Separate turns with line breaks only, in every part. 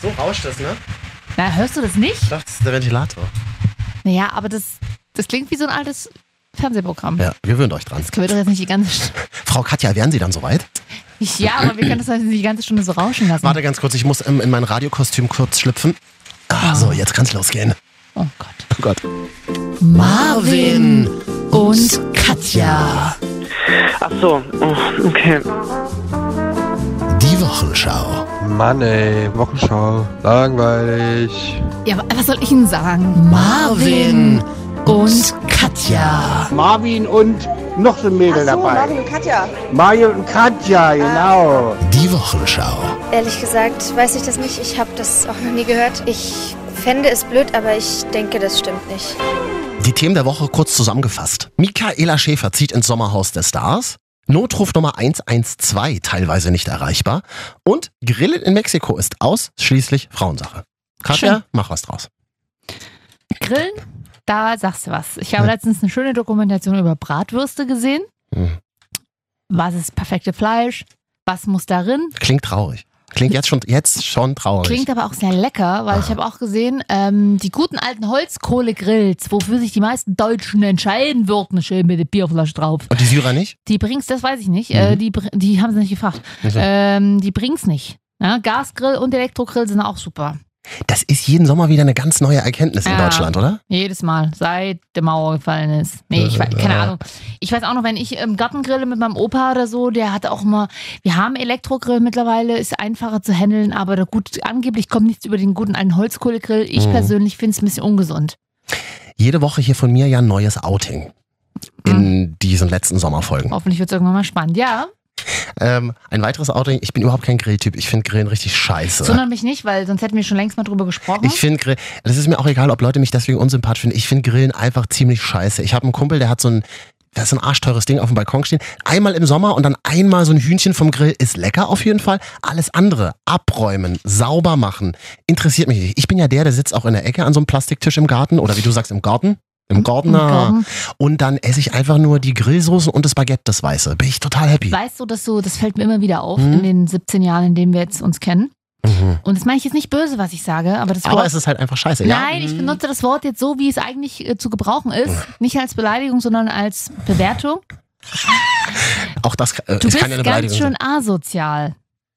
So rauscht das, ne?
Na, hörst du das nicht?
Ich dachte, das ist der Ventilator.
Naja, aber das, das klingt wie so ein altes Fernsehprogramm.
Ja, gewöhnt euch dran.
Das können wir doch jetzt nicht die ganze Stunde.
Frau Katja, wären Sie dann soweit?
Ich, ja, aber wir können das doch jetzt nicht die ganze Stunde so rauschen lassen.
Warte ganz kurz, ich muss ähm, in mein Radiokostüm kurz schlüpfen. Ah, so, jetzt kann's losgehen.
Oh Gott.
Oh Gott.
Marvin und Katja.
Ach so, oh, okay.
Die Wochenschau.
Mann ey, Wochenschau. Langweilig.
Ja, aber was soll ich Ihnen sagen? Marvin und Katja.
Marvin und noch so ein Mädel
So,
dabei.
Marvin und Katja. Ah.
Mario und Katja, genau.
Die Wochenschau.
Ehrlich gesagt weiß ich das nicht. Ich habe das auch noch nie gehört. Ich fände es blöd, aber ich denke, das stimmt nicht.
Die Themen der Woche kurz zusammengefasst. Michaela Schäfer zieht ins Sommerhaus der Stars. Notruf Nummer 112 teilweise nicht erreichbar. Und Grillen in Mexiko ist ausschließlich Frauensache. Katja,
Schön.
mach was draus.
Grillen, da sagst du was. Ich habe letztens eine schöne Dokumentation über Bratwürste gesehen.
Hm.
Was ist perfekte Fleisch? Was muss darin?
Klingt traurig. Klingt jetzt schon, jetzt schon traurig.
Klingt aber auch sehr lecker, weil ich habe auch gesehen, ähm, die guten alten Holzkohlegrills, wofür sich die meisten Deutschen entscheiden, wirken schön mit der Bierflasche drauf.
Und die Syrer nicht?
Die bringt's, das weiß ich nicht. Äh, die, br- die haben sie nicht gefragt.
Also.
Ähm, die bringt's nicht. Ja, Gasgrill und Elektrogrill sind auch super.
Das ist jeden Sommer wieder eine ganz neue Erkenntnis in
Ja.
Deutschland, oder?
Jedes Mal, seit die Mauer gefallen ist. Nee, ich weiß, keine
Ja.
Ahnung. Ich weiß auch noch, wenn ich im Garten grille mit meinem Opa oder so, der hatte auch immer, wir haben Elektrogrill mittlerweile, ist einfacher zu handeln, aber der gut, angeblich kommt nichts über den guten alten Holzkohlegrill. Ich
Mhm.
persönlich finde es ein bisschen ungesund.
Jede Woche hier von mir ja ein neues Outing. In
Mhm.
diesen letzten Sommerfolgen.
Hoffentlich wird's irgendwann mal spannend. Ja,
Ähm, ein weiteres Outing, ich bin überhaupt kein Grilltyp. Ich finde Grillen richtig scheiße.
sondern mich nicht, weil sonst hätten wir schon längst mal drüber gesprochen.
Ich finde Grill, das ist mir auch egal, ob Leute mich deswegen unsympathisch finden. Ich finde Grillen einfach ziemlich scheiße. Ich habe einen Kumpel, der hat so ein, das ist ein arschteures Ding auf dem Balkon stehen. Einmal im Sommer und dann einmal so ein Hühnchen vom Grill ist lecker auf jeden Fall. Alles andere, abräumen, sauber machen, interessiert mich nicht. Ich bin ja der, der sitzt auch in der Ecke an so einem Plastiktisch im Garten oder wie du sagst, im Garten. Im Garten.
Garten.
Und dann esse ich einfach nur die Grillsoßen und das Baguette, das Weiße. Bin ich total happy.
Weißt du, dass du, das fällt mir immer wieder auf
Mhm.
in den 17 Jahren, in denen wir jetzt uns kennen.
Mhm.
Und das meine ich jetzt nicht böse, was ich sage, aber das
Aber
Wort.
es ist halt einfach scheiße. ja?
Nein, ich benutze das Wort jetzt so, wie es eigentlich äh, zu gebrauchen ist. Nicht als Beleidigung, sondern als Bewertung.
Auch das äh,
Du
ist
bist
keine
ganz
Beleidigung.
schön asozial.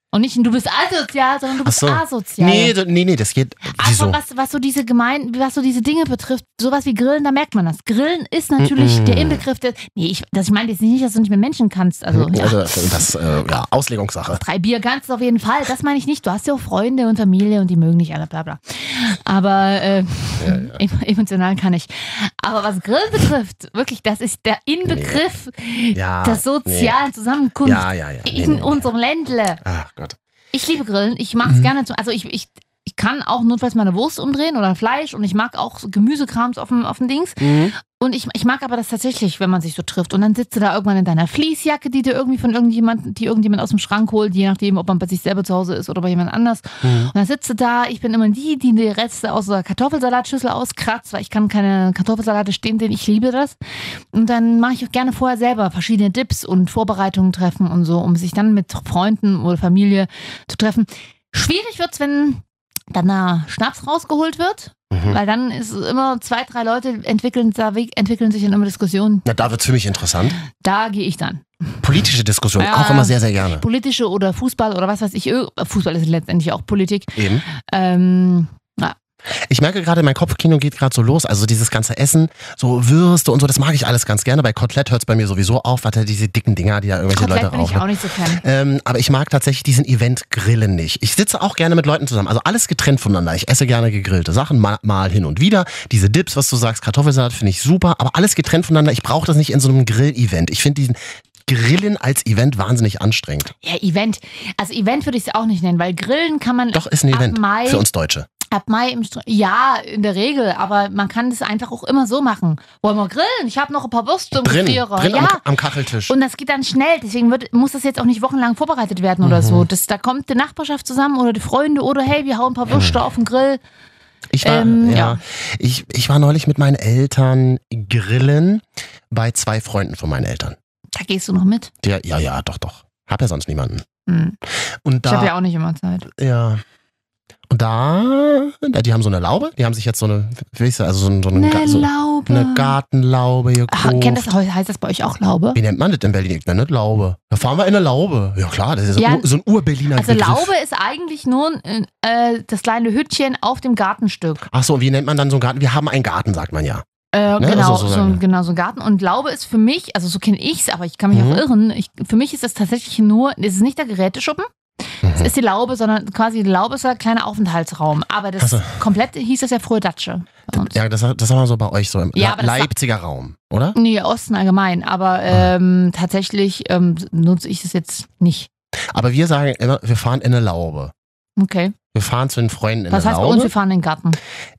Und nicht, ein du bist asozial, sondern du bist
Ach so.
asozial.
Nee, d- nee, nee, das geht. Wieso?
Aber was, was so diese Gemeinden, was so diese Dinge betrifft, sowas wie Grillen, da merkt man das. Grillen ist natürlich
Mhm.
der Inbegriff der. Nee, ich, das, ich meine jetzt nicht, dass du nicht mehr Menschen kannst. Also, ja.
Also, das, äh, ja, Auslegungssache.
Drei Bier kannst du auf jeden Fall. Das meine ich nicht. Du hast ja auch Freunde und Familie und die mögen dich alle, bla bla. Aber äh, em- emotional kann ich. Aber was Grill betrifft, wirklich, das ist der Inbegriff
Ja.
der sozialen Zusammenkunft
Ah, Ja, ja, ja. Nee,
in
nee, nee.
unserem Ländle.
Ach Gott.
Ich liebe Grillen. Ich mag
Mhm.
es gerne. Zu, also ich, ich, ich kann auch notfalls meine Wurst umdrehen oder Fleisch und ich mag auch so Gemüsekrams auf dem, auf dem Dings. Und ich, ich mag aber das tatsächlich, wenn man sich so trifft. Und dann sitzt du da irgendwann in deiner Fließjacke, die dir irgendwie von irgendjemand, die irgendjemand aus dem Schrank holt, je nachdem, ob man bei sich selber zu Hause ist oder bei jemand anders. Und dann sitzt du da, ich bin immer die, die die Reste aus der Kartoffelsalatschüssel auskratzt, weil ich kann keine Kartoffelsalate stehen, denn ich liebe das. Und dann mache ich auch gerne vorher selber verschiedene Dips und Vorbereitungen treffen und so, um sich dann mit Freunden oder Familie zu treffen. Schwierig wird's, wenn dann da Schnaps rausgeholt wird, weil dann ist es immer zwei, drei Leute entwickeln, da we- entwickeln sich dann immer Diskussionen.
Na, da wird's für mich interessant.
Da gehe ich dann.
Politische Diskussion,
Ja.
auch immer sehr, sehr gerne.
Politische oder Fußball oder was weiß ich. Ö- Fußball ist letztendlich auch Politik.
Eben.
Ähm,
Ich merke gerade, mein Kopfkino geht gerade so los. Also dieses ganze Essen, so Würste und so, das mag ich alles ganz gerne. Bei Kotelett hört's bei mir sowieso auf, weil da diese dicken Dinger, die da irgendwelche
Kotelett
Also Leute ne?
bin ich
rauf.
auch nicht so Fan.
Ähm, aber ich mag tatsächlich diesen Event-Grillen nicht. Ich sitze auch gerne mit Leuten zusammen. Also alles getrennt voneinander. Ich esse gerne gegrillte Sachen, mal, mal hin und wieder. Diese Dips, was du sagst, Kartoffelsalat finde ich super. Aber alles getrennt voneinander. Ich brauche das nicht in so einem Grill-Event. Ich finde diesen Grillen als Event wahnsinnig anstrengend.
Ja, Event. Also Event würde ich es auch nicht nennen, weil Grillen kann man
Doch, ist ein
Ab
Event
Mai-
für uns Deutsche.
Ab Mai im Str Ja, in der Regel, aber man kann das einfach auch immer so machen. Wollen wir grillen? Ich habe noch ein paar Würste im
Drin,
Gefrierer.
drin am,
ja.
am Kacheltisch.
Und das geht dann schnell, deswegen wird, muss das jetzt auch nicht wochenlang vorbereitet werden
Mhm.
oder so. Das, da kommt die Nachbarschaft zusammen oder die Freunde oder hey, wir hauen ein
Mhm.
paar Würste auf den Grill.
Ich war,
Ähm,
ja,
ja.
Ich, ich war neulich mit meinen Eltern grillen bei zwei Freunden von meinen Eltern.
Da gehst du noch mit.
Der, ja, ja, doch, doch. Hab ja sonst niemanden.
Hm.
Und
Ich
da,
habe ja auch nicht immer Zeit.
Ja. Und da, da, die haben so eine Laube, die haben sich jetzt so eine, wie heißt das, also so, ein- so, einen Ga-
Eine
so
Laube.
eine Gartenlaube
Ach, kennt
gekauft.
das, heißt das bei euch auch Laube?
Wie nennt man das in Berlin? Ich nenne das Laube. Da fahren wir in eine Laube. Ja klar, das ist
Ja.
Ur, so ein Ur-Berliner
Also
Begriff.
Laube ist eigentlich nur äh, das kleine Hütchen auf dem Gartenstück.
Ach so, und wie nennt man dann so einen Garten? Wir haben einen Garten, sagt man ja.
Äh,
Ne,
genau,
also so
so, ein-
eine-
genau, so ein Garten. Und Laube ist für mich, also so kenne ich es, aber ich kann mich
Mhm.
auch irren. Ich, für mich ist das tatsächlich nur, es ist nicht der Geräteschuppen,
Mhm.
es ist die Laube, sondern quasi die Laube ist der kleine Aufenthaltsraum. Aber das
Ach so.
komplette hieß das ja früher Datsche. bei uns.
Ja, das, das haben wir so bei euch so im
Ja,
Le
aber das war-
Leipziger Raum, oder?
Nee, Osten allgemein, aber
Ah.
ähm, tatsächlich ähm, nutze ich das jetzt nicht.
Aber wir sagen immer, wir fahren in eine Laube.
Okay.
Wir fahren zu den Freunden in
Was
eine
heißt bei uns, wir
Laube.
fahren in den Garten?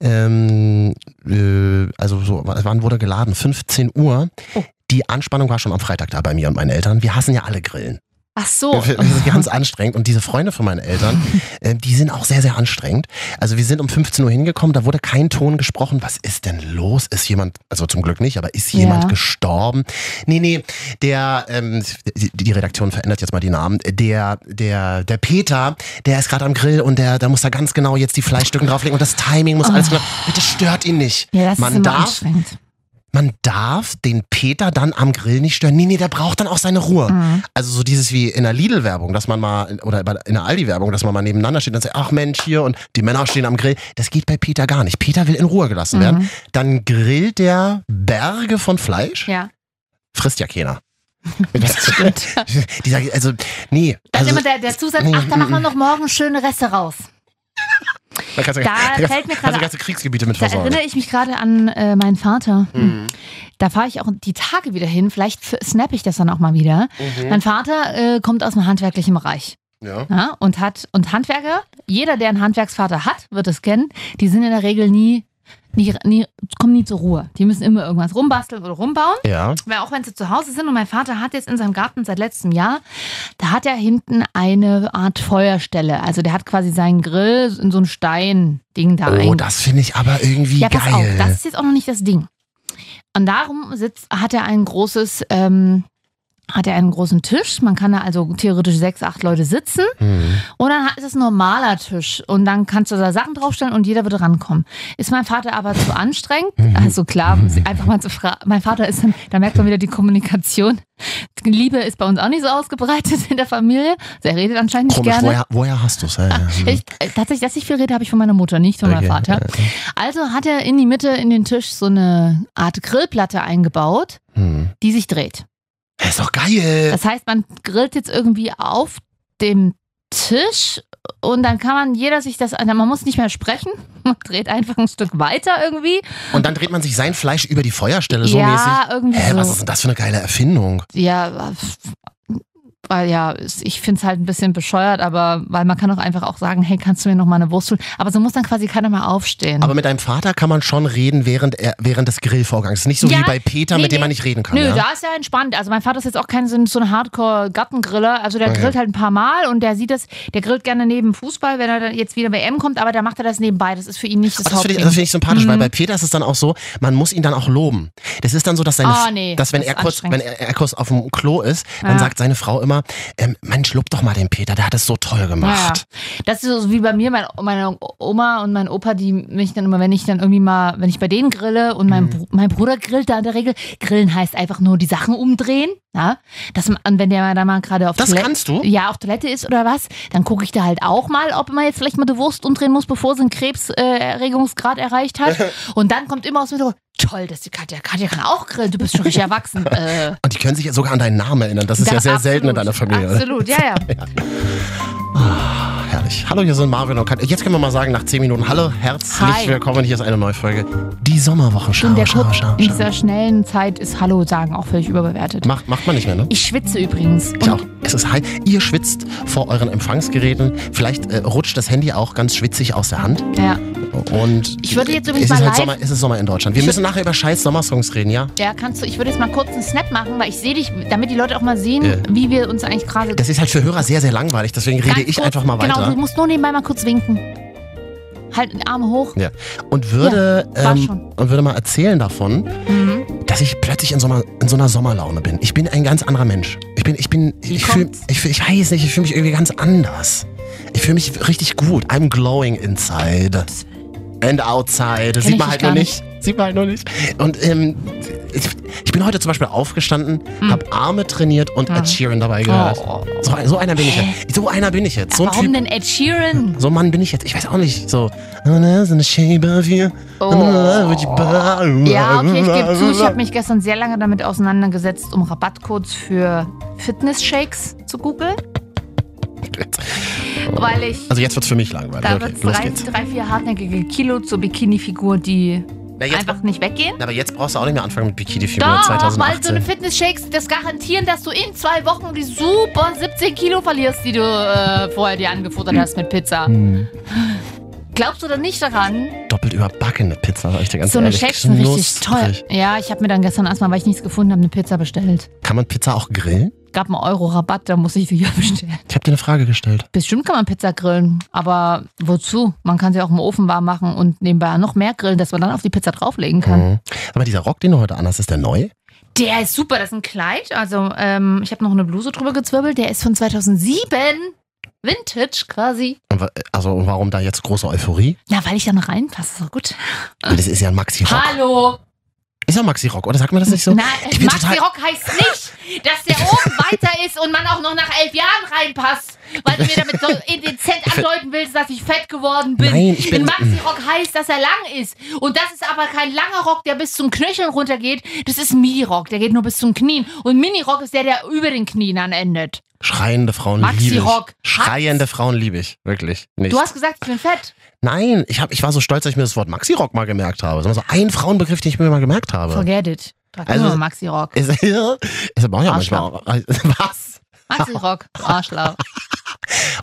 Ähm, äh, also so, wann wurde geladen? 15 Uhr.
Oh.
Die Anspannung war schon am Freitag da bei mir und meinen Eltern. Wir hassen ja alle Grillen.
Ach so.
Wir- wir sind ganz anstrengend. Und diese Freunde von meinen Eltern, äh, die sind auch sehr, sehr anstrengend. Also wir sind um 15 Uhr hingekommen, da wurde kein Ton gesprochen. Was ist denn los? Ist jemand, also zum Glück nicht, aber ist
Ja.
jemand gestorben? Nee, nee, der, ähm, die, die Redaktion verändert jetzt mal die Namen. Der, der, der Peter, der ist gerade am Grill und der, der muss da ganz genau jetzt die Fleischstücken drauflegen und das Timing muss alles genau. Bitte stört ihn nicht.
Oh. Ja, das
Man
ist immer
darf-
anstrengend.
Man darf den Peter dann am Grill nicht stören. Nee, nee, der braucht dann auch seine Ruhe.
Mhm.
Also so dieses wie in der Lidl-Werbung, dass man mal, oder bei- in der Aldi-Werbung, dass man mal nebeneinander steht und sagt, ach Mensch, hier und die Männer stehen am Grill. Das geht bei Peter gar nicht. Peter will in Ruhe gelassen werden.
Mhm.
Dann grillt der Berge von Fleisch.
Ja.
Frisst ja keiner. Die sagen, also, nee.
Dann
Also,
immer der, der Zusatz,
Nee,
ach, da
mm,
machen wir noch morgen schöne Reste raus.
da kannst du-
da
kannst-
fällt mir
kannst
gerade-
du ganze Kriegsgebiete mit
Da
versorgen.
erinnere ich mich gerade an äh, meinen Vater. Da fahre ich auch die Tage wieder hin. Vielleicht f- snappe ich das dann auch mal wieder. Mein Vater äh, kommt aus dem handwerklichen Bereich.
Ja.
Ja, und hat und Handwerker, jeder, der einen Handwerksvater hat, wird es kennen, die sind in der Regel nie, nie, nie kommen nie zur Ruhe. Die müssen immer irgendwas rumbasteln oder rumbauen.
Ja.
Weil auch wenn sie zu Hause sind und mein Vater hat jetzt in seinem Garten seit letztem Jahr, da hat er hinten eine Art Feuerstelle. Also der hat quasi seinen Grill in so ein Stein-Ding da
Oh,
ein.
das finde ich aber irgendwie
ja, pass
geil.
auf, das ist jetzt auch noch nicht das Ding. Und darum sitzt, hat er ein großes, ähm, hat er einen großen Tisch. Man kann da also theoretisch sechs, acht Leute sitzen.
Hm.
Und dann ist es ein normaler Tisch. Und dann kannst du da Sachen draufstellen und jeder wird rankommen. Ist mein Vater aber zu anstrengend?
Mhm.
Also klar, um sie einfach mal zu fragen. Mein Vater ist dann, da merkt man wieder die Kommunikation. Liebe ist bei uns auch nicht so ausgebreitet in der Familie. Also er redet anscheinend nicht
Komisch,
gerne.
woher, woher hast du es? Ja, hm. ja.
Ich, äh, tatsächlich, dass ich viel rede, habe ich von meiner Mutter, nicht von meinem
Okay,
Vater. Also hat er in die Mitte in den Tisch so eine Art Grillplatte eingebaut,
Hm.
die sich dreht.
Das ist doch geil.
Das heißt, man grillt jetzt irgendwie auf dem Tisch und dann kann man jeder sich das, man muss nicht mehr sprechen, man dreht einfach ein Stück weiter irgendwie.
Und dann dreht man sich sein Fleisch über die Feuerstelle so mäßig.
ja, Hm. irgendwie
Hä, was ist
so.
denn das für eine geile Erfindung?
Ja, weil ja, ist- ich finde es halt ein bisschen bescheuert, aber weil man kann auch einfach auch sagen, hey, kannst du mir noch mal eine Wurst holen? Aber so muss dann quasi keiner mal aufstehen.
Aber mit deinem Vater kann man schon reden während, er, während des Grillvorgangs. Nicht so
Ja,
wie bei Peter,
nee,
mit dem
nee.
man nicht reden kann.
Nö,
ja?
da ist ja entspannt. Also mein Vater ist jetzt auch kein so ein- so ein Hardcore-Gartengriller. Also der
Okay.
grillt halt ein paar Mal und der sieht das, der grillt gerne neben Fußball, wenn er dann jetzt wieder bei M kommt, aber da macht er das nebenbei. Das ist für ihn nicht das,
Aber das finde ich,
Hauptding.
das find ich sympathisch, weil
Mhm.
bei Peter ist es dann auch so, man muss ihn dann auch loben. Das ist dann so, dass seine,
Ah, nee,
dass wenn
das
er
ist
kurz, wenn
anstrengend.
er, er kurz auf dem Klo ist, dann
Ja.
sagt seine Frau immer, ähm, Mensch, lob doch mal den Peter, der hat es so toll gemacht.
Ja, das ist so wie bei mir, mein, meine Oma und mein Opa, die mich dann immer, wenn ich dann irgendwie mal, wenn ich bei denen grille und
Mhm.
mein, Br- mein Bruder grillt da in der Regel, grillen heißt einfach nur die Sachen umdrehen. Ja? Das, und wenn der dann mal gerade auf
Das
Toilette-
kannst du?
Ja, auf Toilette ist oder was, dann gucke ich da halt auch mal, ob man jetzt vielleicht mal die Wurst umdrehen muss, bevor sie einen Krebserregungsgrad äh, Erregungsgrad erreicht hat. und dann kommt immer aus dem Hintergrund, toll, dass die Katja, Katja kann auch grillen, du bist schon richtig erwachsen. Äh,
Und die können sich ja sogar an deinen Namen erinnern. Das ist
da-
ja sehr selten in
absolut,
deiner Familie.
Absolut, ja, ja.
Herrlich. Hallo, hier sind Marvin und Kat. Jetzt können wir mal sagen, nach 10 Minuten, hallo, herzlich
Hi.
willkommen. Hier ist eine neue Folge. Die Sommerwochenschau.
In der
Schau,
kurz-
schau,
in
schau.
dieser schnellen Zeit ist Hallo sagen auch völlig überbewertet.
Macht, macht man nicht mehr, ne?
Ich schwitze übrigens.
Ich auch.
Und
Es ist heiß. Ihr schwitzt vor euren Empfangsgeräten. Vielleicht äh, rutscht das Handy auch ganz schwitzig aus der Hand.
ja,
Und
Ich würde jetzt übrigens
es ist
mal
halt
live-
Sommer, es ist Sommer in Deutschland. Wir
Ich
müssen nachher über scheiß Sommersongs reden, ja?
ja, kannst du, ich würde jetzt mal kurz einen Snap machen, weil ich sehe dich, damit die Leute auch mal sehen,
Ja.
wie wir uns eigentlich gerade.
Das ist halt für Hörer sehr, sehr langweilig. Deswegen rede
Ganz
ich
kurz-
einfach mal
Genau,
weiter.
du musst nur nebenbei mal kurz winken. Halt den Arm hoch.
ja. Und würde,
Ja, war
ähm,
schon. Mhm.
und würde mal erzählen davon, dass dass ich plötzlich in so, einer, in so einer Sommerlaune bin. Ich bin ein ganz anderer Mensch. Ich bin, ich bin, ich fühle,
kommt's?
ich, fühl, ich weiß nicht, ich fühle mich irgendwie ganz anders. Ich fühle mich richtig gut. I'm glowing inside. And outside. Das sieht
Kenn ich
man
dich
halt
gar
noch nicht. Sieht man halt noch nicht. Und ähm, ich, ich bin heute zum Beispiel aufgestanden, habe Arme trainiert und Ed Sheeran dabei gehört.
Hm. Ah. Oh.
So, so einer bin ich jetzt. So einer bin ich jetzt. So ein
Warum
Typ.
denn Ed Sheeran?
So ein Mann bin ich jetzt. Ich weiß auch nicht. So. The shape of you.
Oh. Ja, okay, ich gebe zu, ich habe mich gestern sehr lange damit auseinandergesetzt, um Rabattcodes für Fitness-Shakes zu googeln, weil ich
Also jetzt wird's für mich langweilig.
da
okay,
wird
los
drei,
geht's.
drei, vier hartnäckige Kilo zur Bikini-Figur, die
Na, jetzt,
einfach nicht weggehen.
aber jetzt brauchst du auch nicht mehr anfangen mit Bikini-Figur
Doch, weil so eine
2018.
Fitness-Shakes das garantieren, dass du in zwei Wochen die super 17 Kilo verlierst, die du äh, vorher dir angefuttert hast mit Pizza.
Hm.
Glaubst du denn nicht daran?
Doppelt überbackene Pizza, sag ich dir ganz
so eine
ehrlich.
Shakes sind richtig toll.
Knusprig.
Ja, ich habe mir dann gestern erstmal, weil ich nichts gefunden habe, eine Pizza bestellt.
Kann man Pizza auch grillen?
Gab einen Euro Rabatt, da muss ich wieder bestellen.
Ich habe dir eine Frage gestellt.
Bestimmt kann man Pizza grillen, aber wozu? Man kann sie auch im Ofen warm machen und nebenbei noch mehr grillen, dass man dann auf die Pizza drauflegen kann.
Mhm. Aber dieser Rock, den du heute anhast, ist der neu?
Der ist super, das ist ein Kleid. Also, ähm, ich habe noch eine Bluse drüber gezwirbelt. Der ist von 2007. Vintage quasi.
Und wa- Also warum da jetzt große Euphorie?
Na, weil ich da noch reinpasse, so gut.
Weil das ist ja ein Maxi-Rock.
Hallo!
Ist ja Maxi-Rock, oder sagt man das nicht so?
Nein,
ich bin
Maxi
total-
Rock heißt nicht, dass der oben weiter ist und man auch noch nach elf Jahren reinpasst, weil du mir damit so indezent andeuten willst, dass ich fett geworden bin.
Nein, ich bin-
Ein Maxi Rock heißt, dass er lang ist. Und das ist aber kein langer Rock, der bis zum Knöcheln runtergeht. Das ist Mini-Rock, der geht nur bis zum Knien. Und Mini-Rock ist der, der über den Knien anendet.
Schreiende Frauen liebe ich.
Maxi-Rock.
Schreiende Frauen liebe ich, wirklich. Nicht.
Du hast gesagt, ich bin fett.
Nein, ich, hab, ich war so stolz, dass ich mir das Wort Maxi-Rock mal gemerkt habe. Das war so ein Frauenbegriff, den ich mir mal gemerkt habe.
Forget it. Trag
Also-
also, nur Maxi Rock.
Ist, ist aber auch ja manchmal. auch- Was?
Maxi Rock, Arschloch.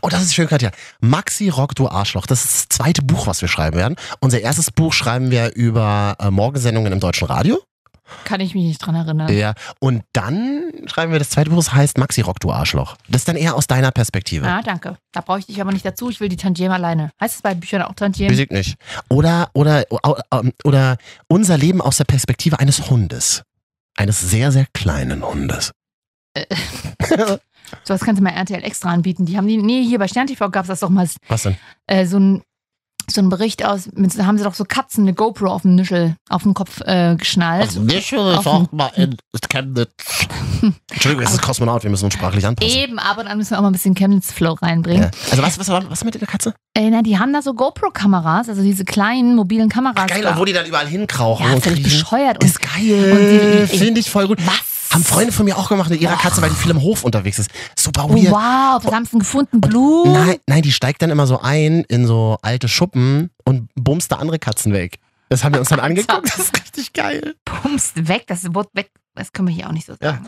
Oh, das ist schön, Katja. Maxi Rock, du Arschloch. Das ist das zweite Buch, was wir schreiben werden. Unser erstes Buch schreiben wir über äh, Morgensendungen im deutschen Radio.
Kann ich mich nicht dran erinnern.
Ja. Und dann schreiben wir das zweite Buch, das heißt Maxi Rock, du Arschloch. Das ist dann eher aus deiner Perspektive.
Ja, Ah, danke. Da brauche ich dich aber nicht dazu. Ich will die Tantiem alleine. Heißt es bei Büchern auch Tantiem?
Weiß ich nicht. Oder, oder, oder, oder unser Leben aus der Perspektive eines Hundes. Eines sehr, sehr kleinen Hundes.
So, das kannst du mal RTL extra anbieten. Die haben die, nee, hier bei Stern TV gab es das doch mal
Was denn?
äh, so ein so ein Bericht aus, mit, da haben sie doch so Katzen eine GoPro auf dem Nischel, auf dem Kopf äh, geschnallt.
Also, Nischel
ist auch
mal in Chemnitz. Entschuldigung, es ist Kosmonaut, wir müssen uns sprachlich anpassen.
Eben, aber dann müssen wir auch mal ein bisschen Chemnitz-Flow reinbringen.
Ja. Also was, was, was mit der Katze?
Äh, na, die haben da so GoPro-Kameras, also diese kleinen mobilen Kameras.
Geil,
da.
und wo die dann überall hinkrauchen
ja,
und
völlig
kriechen.
bescheuert. Und
Ist geil,
und die-
finde ich voll gut.
was?
Haben Freunde von mir auch gemacht mit ihrer Katze, weil die viel im Hof unterwegs ist. Super
Oh,
weird.
wow, was haben sie denn gefunden? Blumen?
Nein, nein, die steigt dann immer so ein in so alte Schuppen und bumst da andere Katzen weg. Das haben wir uns dann angeguckt, das ist richtig geil.
Pumpst weg, das Wort weg, das können wir hier auch nicht so sagen.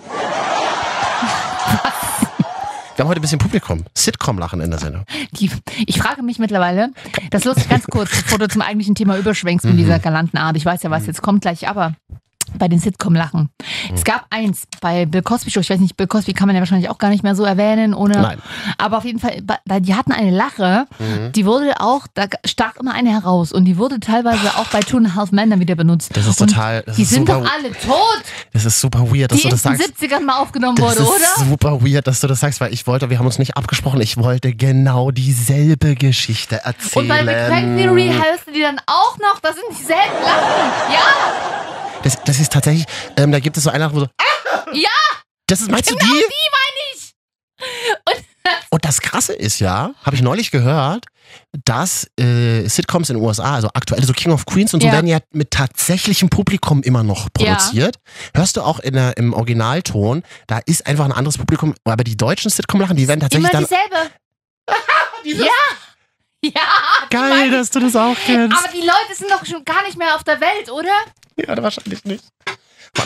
Wir haben heute ein bisschen Publikum. Sitcom-Lachen in der Sendung.
Die, ich frage mich mittlerweile, das lohnt sich ganz kurz, bevor du zum eigentlichen Thema überschwenkst
Mhm.
mit dieser galanten Art. Ich weiß ja, was jetzt kommt gleich, aber bei den Sitcom-Lachen.
Mhm.
Es gab eins bei Bill Cosby Show, ich weiß nicht, Bill Cosby kann man ja wahrscheinlich auch gar nicht mehr so erwähnen, ohne.
Nein. Mhm.
Aber auf jeden Fall, bei- bei- die hatten eine Lache, die wurde auch, da stach immer eine heraus und die wurde teilweise auch bei Two and a Half Men dann wieder benutzt.
Das ist
und
total- das
die
ist
sind
super-
doch alle tot,
Das ist super weird, dass
die
du
in
das
den
sagst.
70ern mal aufgenommen
Das
wurde,
ist
oder?
super weird, dass du das sagst, weil ich wollte, wir haben uns nicht abgesprochen, ich wollte genau dieselbe Geschichte erzählen.
Und bei Big Bang Theory hörst du die dann auch noch. Das sind dieselben Lachen. Ja,
Das, das ist tatsächlich, ähm, da gibt es so eine Nacht, wo so.
Ah! Ja! Genau
Das ist, meinst du die? die meine
ich.
Und, das Krasse ist ja, habe ich neulich gehört, dass äh, Sitcoms in den USA, also aktuelle, so King of Queens und so,
Ja.
werden ja mit tatsächlichem Publikum immer noch
Ja.
produziert. Hörst du auch in der, im Originalton, da ist einfach ein anderes Publikum, aber die deutschen Sitcom-Lachen, die werden tatsächlich
immer
dann.
dieselbe. ja. Ja,
Geil, dass du das auch kennst.
aber die Leute sind doch schon gar nicht mehr auf der Welt, oder?
Ja, wahrscheinlich nicht.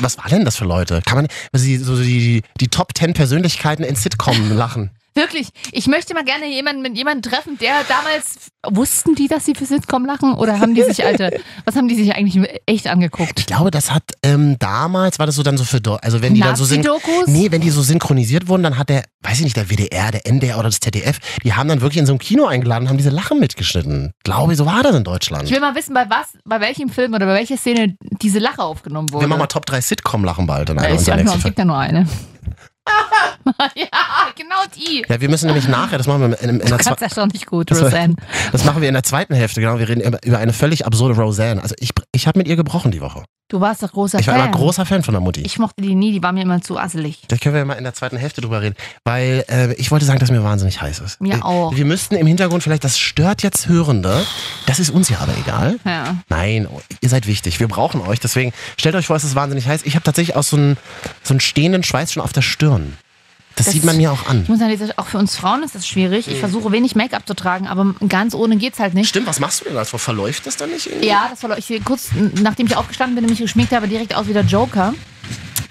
Was war denn das für Leute? Kann man also die, so die, die Top 10 Persönlichkeiten in Sitcom lachen?
Wirklich, ich möchte mal gerne jemanden mit jemandem treffen, der damals Wussten die, dass sie für Sitcom lachen? Oder haben die sich alte, was haben die sich eigentlich echt angeguckt?
Ich glaube, das hat ähm, damals, war das so dann so für, Do- also wenn die dann so sind.
Nazi-Dokus?
Nee, wenn die so synchronisiert wurden, dann hat der, weiß ich nicht, der WDR, der NDR oder das ZDF, die haben dann wirklich in so einem Kino eingeladen und haben diese Lachen mitgeschnitten. Glaube ich, so war das in
Ich
Deutschland.
will mal wissen, bei was, bei welchem Film oder bei welcher Szene diese Lache aufgenommen wurde.
Wir machen mal Top 3 Sitcom-Lachen bald in einer
Äh, ich
unserer
sag mal,
nächsten
es
Folgen.
gibt ja nur eine. ja, genau die.
Ja, wir müssen nämlich nachher, das machen wir in, in, in
Du
der
kannst
zweiten.
das schon nicht gut,
Das war-
Roseanne.
Das machen wir in der zweiten Hälfte, genau. Wir reden über, über eine völlig absurde Roseanne. Also ich, ich habe mit ihr gebrochen die Woche.
Du warst doch großer
Ich war
Fan.
immer großer Fan von der Mutti.
Ich mochte die nie, die war mir immer zu asselig.
Da können wir mal in der zweiten Hälfte drüber reden, weil äh, ich wollte sagen, dass mir wahnsinnig heiß ist.
Mir
Äh,
auch.
Wir müssten im Hintergrund vielleicht, das stört jetzt Hörende, das ist uns ja aber egal.
Ja.
Nein, oh, ihr seid wichtig, wir brauchen euch, deswegen stellt euch vor, es ist wahnsinnig heiß. Ich habe tatsächlich auch so einen, so einen stehenden Schweiß schon auf der Stirn. Das,
Das-
sieht man mir auch an.
Ich muss sagen, auch für uns Frauen ist das schwierig. Ich versuche wenig Make-up zu tragen, aber ganz ohne geht's halt nicht.
Stimmt, was machst du denn als Frau? Verläuft das dann nicht irgendwie?
Ja, das war ich sehe kurz nachdem ich aufgestanden bin und mich geschminkt habe, direkt aus wie der Joker.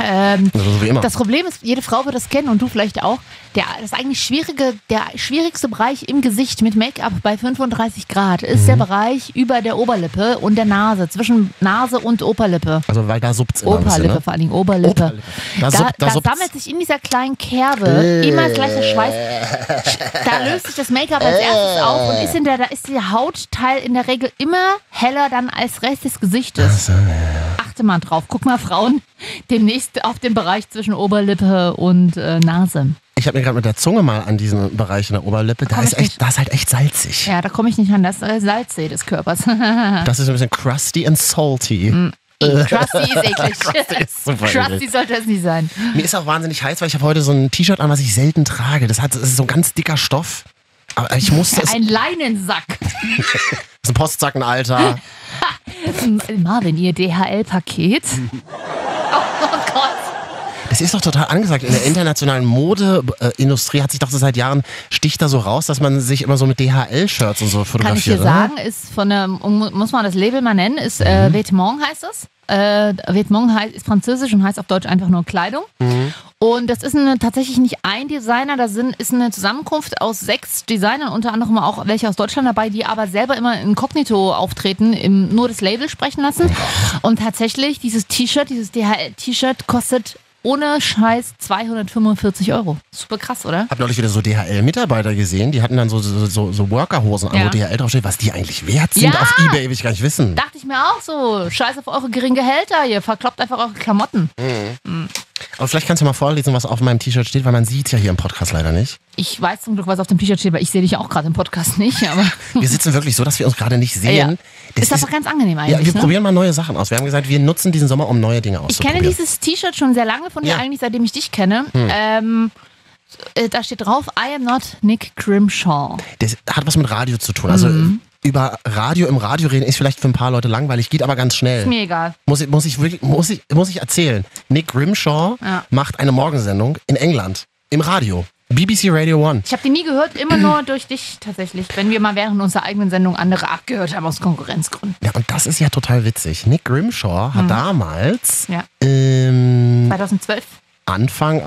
Ähm,
Also, So wie immer.
das Problem ist, jede Frau wird das kennen und du vielleicht auch. Der, das eigentlich schwierige, der schwierigste Bereich im Gesicht mit Make-up bei 35 Grad ist der Bereich über der Oberlippe und der Nase, zwischen Nase und Oberlippe.
also, weil da subt's immer ein bisschen,
Oberlippe
ne?
vor allen Dingen, Oberlippe.
Oberlippe. Da
Da, da,
sub- da subt's.
sammelt sich in dieser kleinen Kerbe immer das gleiche Schweiß.
Äh.
Da löst sich das Make-up als erstes auf und ist in der, da ist der Hautteil in der Regel immer heller dann als Rest des Gesichtes. Achte mal drauf. Guck mal, Frauen, demnächst auf den Bereich zwischen Oberlippe und äh, Nase.
Ich habe mir gerade mit der Zunge mal an diesen Bereich in der Oberlippe, da
Komm
ist,
ich
echt,
nicht.
da ist halt echt salzig.
Ja, da komme ich nicht an. Das ist äh, Salzsee des Körpers.
Das ist ein bisschen crusty and salty.
Krusty ist eklig.
Krusty ist super
Krusty
eklig.
sollte es nicht sein.
Mir ist auch wahnsinnig heiß, weil ich habe heute so ein T-Shirt an, was ich selten trage. Das, hat, das ist so ein ganz dicker Stoff. Aber ich musste es. Das
Ein Leinensack.
ist ein Postzacken, Alter.
Marvin, ihr DHL-Paket. Oh, oh Gott.
Das ist doch total angesagt. In der internationalen Modeindustrie hat sich doch so seit Jahren sticht da so raus, dass man sich immer so mit DHL-Shirts und so
Kann ich dir
fotografiert.
sagen, ist von der, mu- muss man das Label mal nennen, ist äh, Vêtement heißt es. Äh, Vêtement heißt, ist französisch und heißt auf Deutsch einfach nur Kleidung. Und das ist eine, tatsächlich nicht ein Designer, da sind, ist eine Zusammenkunft aus sechs Designern, unter anderem auch welche aus Deutschland dabei, die aber selber immer inkognito auftreten, im, nur das Label sprechen lassen. Und tatsächlich, dieses T-Shirt, dieses DHL-T-Shirt kostet ohne Scheiß 245 Euro. Super krass, oder?
Hab neulich wieder so DHL-Mitarbeiter gesehen, die hatten dann so, so, so, so Workerhosen an,
Ja.
wo DHL draufsteht, was die eigentlich wert sind
Ja.
auf Ebay, will ich gar nicht wissen.
Dachte ich mir auch so. Scheiß auf eure geringen Gehälter. Ihr verkloppt einfach eure Klamotten.
Aber vielleicht kannst du mal vorlesen, was auf meinem T-Shirt steht, weil man sieht ja hier im Podcast leider nicht.
Ich weiß zum Glück, was auf dem T-Shirt steht, weil ich sehe dich ja auch gerade im Podcast nicht. Aber
Wir sitzen wirklich so, dass wir uns gerade nicht sehen.
Ja.
Das
ist einfach ganz angenehm
ja,
eigentlich.
wir
ne?
probieren mal neue Sachen aus. Wir haben gesagt, wir nutzen diesen Sommer, um neue Dinge
ich
auszuprobieren.
kenne dieses T-Shirt schon sehr lange von dir,
Ja. Hm.
eigentlich seitdem ich dich kenne. Ähm, äh, da steht drauf, I am not Nick Grimshaw.
das hat was mit Radio zu tun. Also
Mhm.
über Radio im Radio reden ist vielleicht für ein paar Leute langweilig, geht aber ganz schnell.
Ist mir egal.
Muss ich, muss ich wirklich, muss ich, muss ich erzählen. Nick Grimshaw
Ja.
macht eine Morgensendung in England im Radio. BBC Radio One.
Ich habe die nie gehört, immer nur durch dich tatsächlich, wenn wir mal während unserer eigenen Sendung andere abgehört haben aus Konkurrenzgründen.
Ja, und das ist ja total witzig. Nick Grimshaw hat damals
Mhm. Ja.
ähm,
2012.
Anfang äh,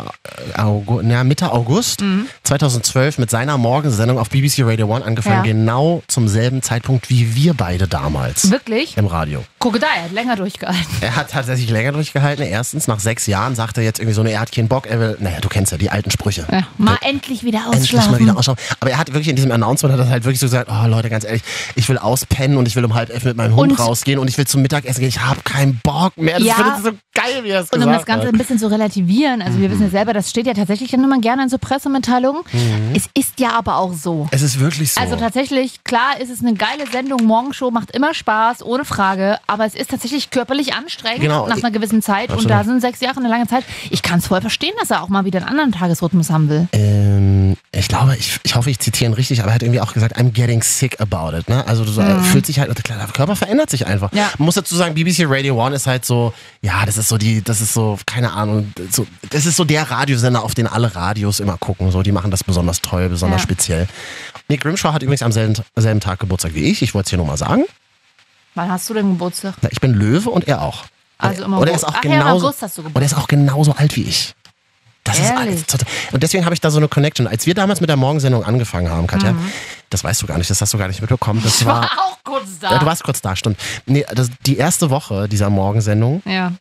August, na, Mitte August
Mhm.
2012 mit seiner Morgensendung auf BBC Radio One angefangen,
Ja.
genau zum selben Zeitpunkt wie wir beide damals
Wirklich?
im Radio.
Gucke da, er hat länger durchgehalten.
Er hat tatsächlich länger durchgehalten. Erstens, nach sechs Jahren sagt er jetzt irgendwie so, ne, er hat keinen Bock, er will, naja, du kennst ja die alten Sprüche.
Ja. Mhm. Mal endlich wieder ausschlafen.
Endlich mal wieder ausschlafen. Aber er hat wirklich in diesem Announcement hat er halt wirklich so gesagt, oh Leute, ganz ehrlich, ich will auspennen und ich will um halb elf mit meinem Hund
Und-
rausgehen und ich will zum Mittagessen gehen. Ich habe keinen Bock mehr. Das
Ja.
finde ich so geil, wie er es
Und
gesagt
um das Ganze
hat. Mhm.
ein bisschen zu relativieren, also wir wissen ja selber, das steht ja tatsächlich dann immer gerne in so Pressemitteilungen.
Mhm.
Es ist ja aber auch so.
Es ist wirklich so.
Also tatsächlich, klar ist es eine geile Sendung, Morgenshow macht immer Spaß, ohne Frage, aber es ist tatsächlich körperlich anstrengend
Genau.
nach einer gewissen Zeit
Absolut.
und da sind sechs Jahre eine lange Zeit. Ich kann es voll verstehen, dass er auch mal wieder einen anderen Tagesrhythmus haben will.
Ähm, ich glaube, ich, ich hoffe, ich zitiere ihn richtig, aber er hat irgendwie auch gesagt, I'm getting sick about it. Ne? Also du so, fühlt sich halt, klar, der Körper verändert sich einfach.
Mhm. Ja.
Man muss dazu sagen, BBC Radio One ist halt so, ja, das ist so die, das ist so, keine Ahnung, so, das ist so der Radiosender, auf den alle Radios immer gucken. So, die machen das besonders toll, besonders
Ja.
speziell. Nick Grimshaw hat übrigens am selben, selben Tag Geburtstag wie ich. Ich wollte es hier nur mal sagen.
Wann hast du denn Geburtstag?
Ich bin Löwe und er auch.
Also im
und er
August.
ist auch
Ach ja, im
genauso,
August hast du
und er ist auch genauso alt wie ich. Das ist
Ehrlich?
alles total. Und deswegen habe ich da so eine Connection. Als wir damals mit der Morgensendung angefangen haben, Katja, das weißt du gar nicht, das hast du gar nicht mitbekommen. Das
Mhm. Ich war
war.
auch kurz da.
Ja, du warst kurz da, stimmt. Nee, das, die erste Woche dieser Morgensendung,
ja,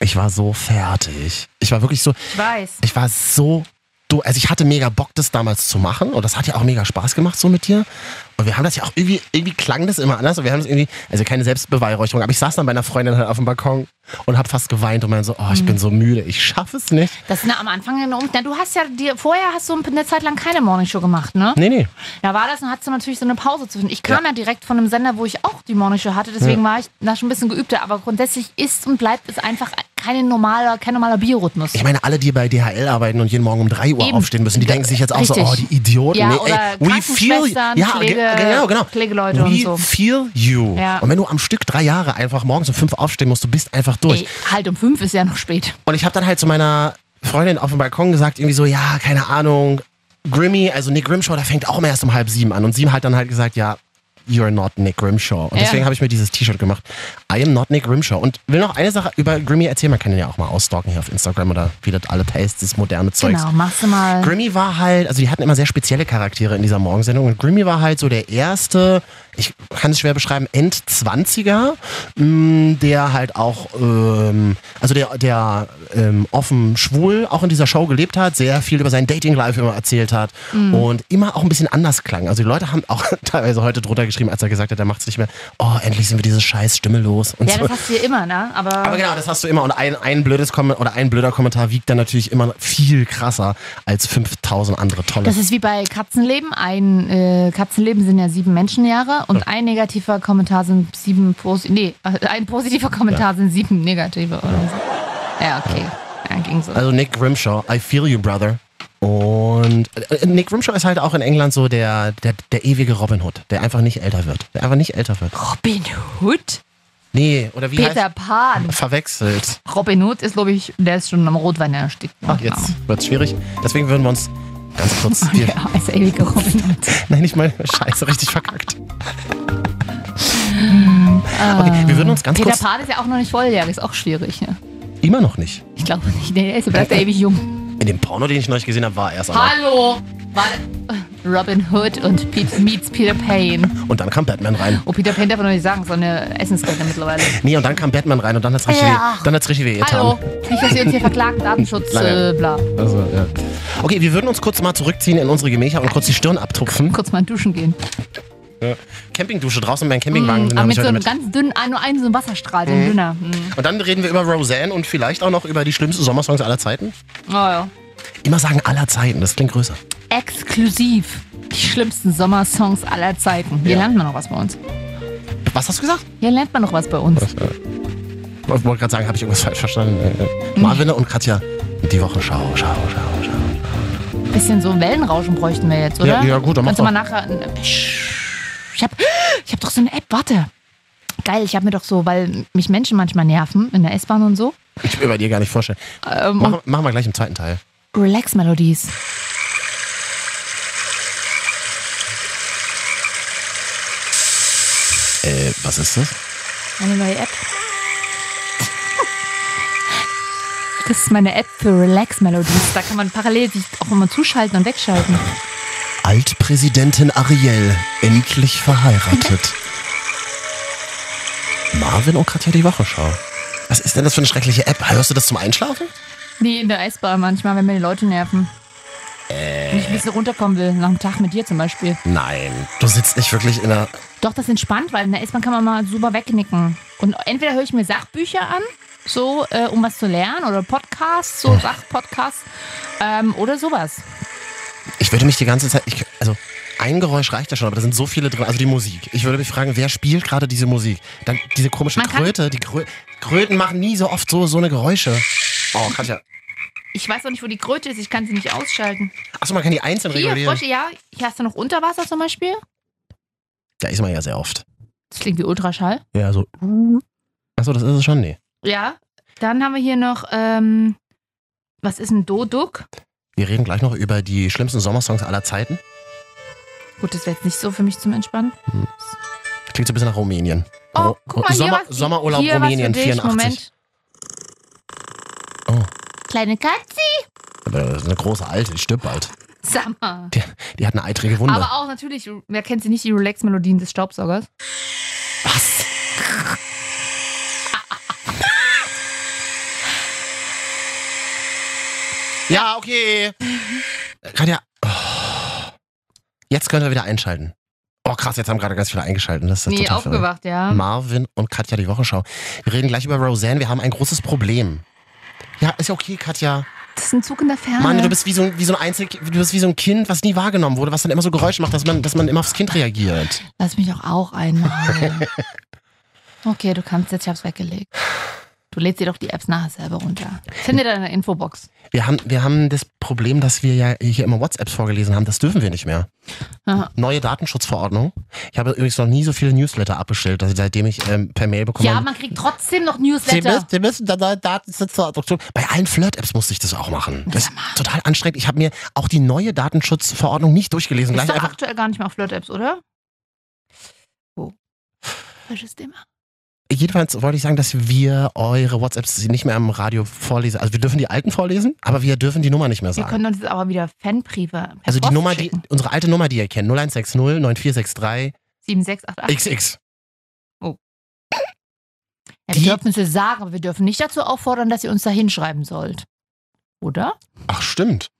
ich war so fertig. Ich war wirklich so,
ich weiß.
ich war so du, also ich hatte mega Bock, das damals zu machen und das hat ja auch mega Spaß gemacht so mit dir. Und wir haben das ja auch irgendwie, irgendwie klang das immer anders und wir haben das irgendwie, also keine Selbstbeweihräucherung, aber ich saß dann bei einer Freundin halt auf dem Balkon und habe fast geweint und meinte so, oh, ich bin
Mhm.
so müde, ich schaffe es nicht.
Das ist am Anfang eine Um. Na, du hast ja dir vorher hast du eine Zeit lang keine Morningshow gemacht, ne?
Nee, nee.
Da war das und hattest du natürlich so eine Pause zwischen. Ich kam ja. direkt von einem Sender, wo ich auch die Morningshow hatte,
Hm.
deswegen war ich da schon ein bisschen geübter. Aber grundsätzlich ist und bleibt es einfach kein normaler, kein normaler Biorhythmus.
Ich meine, alle, die bei DHL arbeiten und jeden Morgen um 3 Uhr
Eben.
aufstehen müssen, die denken sich jetzt auch so,
Richtig.
oh, die Idioten.
Ja,
nee,
oder
ey, we feel you.
Krankenschwestern,
Ja, ge-
Pflege-
genau, genau.
Pflegeleute
we
und so.
feel you.
Ja.
Und wenn du am Stück drei Jahre einfach morgens um fünf aufstehen musst, du bist einfach durch.
Ey, halt um fünf ist ja noch spät.
Und ich habe dann halt zu meiner Freundin auf dem Balkon gesagt, irgendwie so, ja, keine Ahnung, Grimmy, also Nick Grimshaw, der fängt auch immer erst um halb sieben an. Und sie hat dann halt gesagt, ja, you're not Nick Grimshaw. Und
Ja.
deswegen habe ich mir dieses T-Shirt gemacht. I am not Nick Grimshaw. Und will noch eine Sache über Grimmy erzählen. Man kann ihn ja auch mal ausstalken hier auf Instagram oder wie das alle Tastes, das moderne Zeugs.
Genau, machst du mal.
Grimmy war halt, also die hatten immer sehr spezielle Charaktere in dieser Morgensendung und Grimmy war halt so der erste, ich kann es schwer beschreiben, Endzwanziger, mh, der halt auch, ähm, also der, der ähm, offen schwul auch in dieser Show gelebt hat, sehr viel über sein Dating-Life immer erzählt hat
Mhm.
und immer auch ein bisschen anders klang. Also die Leute haben auch teilweise heute drunter geschrieben, als er gesagt hat, er macht es nicht mehr, oh, endlich sind wir diese scheiß Stimme los und
Ja,
so.
das hast du ja immer, ne? Aber,
Aber genau, das hast du immer. Und ein, ein blödes Kommen oder ein blöder Kommentar wiegt dann natürlich immer viel krasser als 5000 andere tolle.
das ist wie bei Katzenleben. Ein äh, Katzenleben sind ja sieben Menschenjahre und ein negativer Kommentar sind sieben Posi Nee, äh, ein positiver Kommentar sind sieben negative oder so. Ja, okay. Ja, ging so.
also Nick Grimshaw, I feel you, brother. Und äh, Nick Grimshaw ist halt auch in England so der, der, der ewige Robin Hood, der einfach nicht älter wird. Der einfach nicht älter wird.
Robin Hood?
Nee, oder wie
Peter
heißt
Pan.
Verwechselt.
Robin Hood ist, glaube ich, der ist schon am Rotwein erstickt.
Ah, jetzt wird's schwierig. Deswegen würden wir uns ganz kurz hier.
Ja, als der ewige Robin Hood.
Nein, nicht mal scheiße, richtig verkackt. okay, wir würden uns ganz
Peter
kurz.
Pan ist ja auch noch nicht volljährig, ist auch schwierig. Ne?
Immer noch nicht.
Ich glaube nicht, der ist bleibt ja ewig jung.
In dem Porno, den ich neulich gesehen habe, war er es aber.
Hallo! Warte. Robin Hood und Pete meets Peter Pan.
Und dann kam Batman rein.
Oh, Peter Pan darf man noch nicht sagen, so eine Essenskette mittlerweile.
Nee, und dann kam Batman rein und dann hat's richtig,
Ja.
weh, dann hat's richtig weh
Hallo!
getan.
Nicht, dass ihr uns hier verklagt, Datenschutz,
Lange.
äh, bla.
Also, ja. Okay, wir würden uns kurz mal zurückziehen in unsere Gemächer und kurz die Stirn abtupfen.
Kurz mal duschen gehen.
Campingdusche draußen, mein Campingwagen. den
Mm, Aber
hab
mit
ich heute
so einem
mit.
ganz dünnen, ah, nur einen so einem Wasserstrahl, so ein dünner. Mhm.
Und dann reden wir über Roseanne und vielleicht auch noch über die schlimmsten Sommersongs aller Zeiten.
Oh, ja.
Immer sagen aller Zeiten, das klingt größer.
Exklusiv. Die schlimmsten Sommersongs aller Zeiten. Hier
Ja.
lernt man noch was bei uns.
Was hast du gesagt?
Hier lernt man noch was bei uns.
Ich wollte gerade sagen, habe ich irgendwas falsch verstanden. Äh, Marvin und Katja, die Wochenschau, Schau, Schau, Schau.
bisschen so Wellenrauschen bräuchten wir jetzt, oder?
Ja, ja, gut, dann mach
Kannst du mal nachher. Ich hab, ich hab doch so eine App, warte. Geil, ich hab mir doch so, weil mich Menschen manchmal nerven in der S-Bahn und so.
Ich will bei dir gar nicht vorstellen.
Ähm, und
Machen, machen wir gleich im zweiten Teil.
Relax-Melodies.
Äh, was ist das?
Eine neue App. Das ist meine App für Relax-Melodies. Da kann man parallel sich auch immer zuschalten und wegschalten.
Altpräsidentin Ariel endlich verheiratet. Marvin und Katja die Wochenschau. Was ist denn das für eine schreckliche App? Hörst du das zum Einschlafen?
Nee, in der S-Bahn manchmal, wenn mir die Leute nerven. Wenn ich ein bisschen runterkommen will, nach dem Tag mit dir zum Beispiel.
Nein, du sitzt nicht wirklich in einer.
Doch, das ist entspannt, weil in der S-Bahn kann man mal super wegnicken. Und entweder höre ich mir Sachbücher an, so, äh, um was zu lernen, oder Podcasts, so Sachpodcasts, ähm, oder sowas.
Ich würde mich die ganze Zeit. Ich, also, ein Geräusch reicht ja schon, aber da sind so viele drin. Also die Musik. Ich würde mich fragen, wer spielt gerade diese Musik? Dann diese komische
Man kann-
Kröte. Die Krö Kröten machen nie so oft so, so eine Geräusche. Oh, Katja.
Ich weiß auch nicht, wo die Kröte ist, ich kann sie nicht ausschalten.
Achso, man kann die einzeln
Hier,
regulieren.
Frösche, ja, hier hast du noch Unterwasser zum Beispiel.
Da ist man ja sehr oft.
Das klingt wie Ultraschall.
Ja, so. Achso, das ist es schon, nee.
Ja. Dann haben wir hier noch, ähm, was ist ein Doduk?
Wir reden gleich noch über die schlimmsten Sommersongs aller Zeiten.
Gut, das wäre jetzt nicht so für mich zum Entspannen.
Klingt so ein bisschen nach Rumänien.
Oh,
Ru-
guck mal,
Sommer,
hier was,
Sommerurlaub
hier was für
Rumänien,
dich.
84.
Moment.
Oh.
Kleine Katze.
Das ist eine große Alte, die stirbt bald.
Sag mal.
Die, die hat eine eitrige Wunde.
Aber auch natürlich, wer kennt sie nicht, die Relax-Melodien des Staubsaugers?
Was? ja, okay. Katja. Oh. Jetzt können wir wieder einschalten. Oh krass, jetzt haben gerade ganz viele eingeschaltet. Das ist
Nee,
total verrückt.
aufgewacht, ja.
Marvin und Katja die Wochenschau. Wir reden gleich über Roseanne. Wir haben ein großes Problem. Ja, ist ja okay, Katja.
Das ist ein Zug in der Ferne.
Mann, du bist wie so, ein- wie so ein Einzel, du bist wie so ein Kind, was nie wahrgenommen wurde, was dann immer so Geräusche macht, dass man, dass man immer aufs Kind reagiert.
Lass mich doch auch einmal. okay, du kannst jetzt, ich hab's weggelegt. Du lädst dir doch die Apps nachher selber runter. Finde da in der Infobox.
Wir haben, wir haben das Problem, dass wir ja hier immer WhatsApps vorgelesen haben. Das dürfen wir nicht mehr.
Aha.
Neue Datenschutzverordnung. Ich habe übrigens noch nie so viele Newsletter abbestellt, dass ich, seitdem ich ähm, per Mail bekomme.
Ja, man kriegt trotzdem noch
Sie müssen,
Newsletter.
Sie müssen da neue Datenschutzverordnung. Bei allen Flirt-Apps musste ich das auch machen. Das ist total anstrengend. Ich habe mir auch die neue Datenschutzverordnung nicht durchgelesen.
Ist
Gleich
doch
einfach.
aktuell gar nicht mehr auf Flirt-Apps, oder? Oh. Falsches Thema.
Jedenfalls wollte ich sagen, dass wir eure WhatsApps nicht mehr am Radio vorlesen. Also wir dürfen die alten vorlesen, aber wir dürfen die Nummer nicht mehr
Wir
sagen.
können uns jetzt aber wieder Fanbriefe per
Also die
Post
Nummer, die,
schicken.
unsere alte Nummer, die ihr kennt, 0160 9463
7688.
XX.
Ja, wir
die-
dürfen es ja sagen, aber wir dürfen nicht dazu auffordern, dass ihr uns da hinschreiben sollt. Oder?
Ach, stimmt.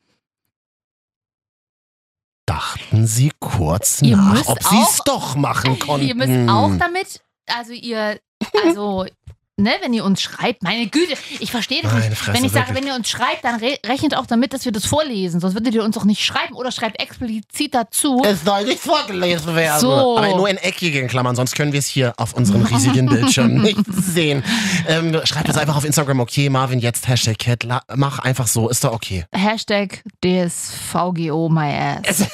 Dachten Sie kurz
Ihr
nach,
müsst
ob Sie
auch-
es doch machen konnten.
Ihr müsst auch
hm.
damit, also ihr, also, ne, wenn ihr uns schreibt, meine Güte, ich verstehe das
Meine
nicht.
Fresse,
wenn ich sage,
wirklich.
wenn ihr uns schreibt, dann re rechnet auch damit, dass wir das vorlesen, sonst würdet ihr uns doch nicht schreiben oder schreibt explizit dazu.
es soll nicht vorgelesen werden.
Oh. So.
Aber nur in eckigen Klammern, sonst können wir es hier auf unserem riesigen Bildschirm nicht sehen. Ähm, schreibt es einfach auf Instagram, okay, Marvin, jetzt Hashtag Cat, la- mach einfach so, ist doch okay.
Hashtag DSVGO my ass.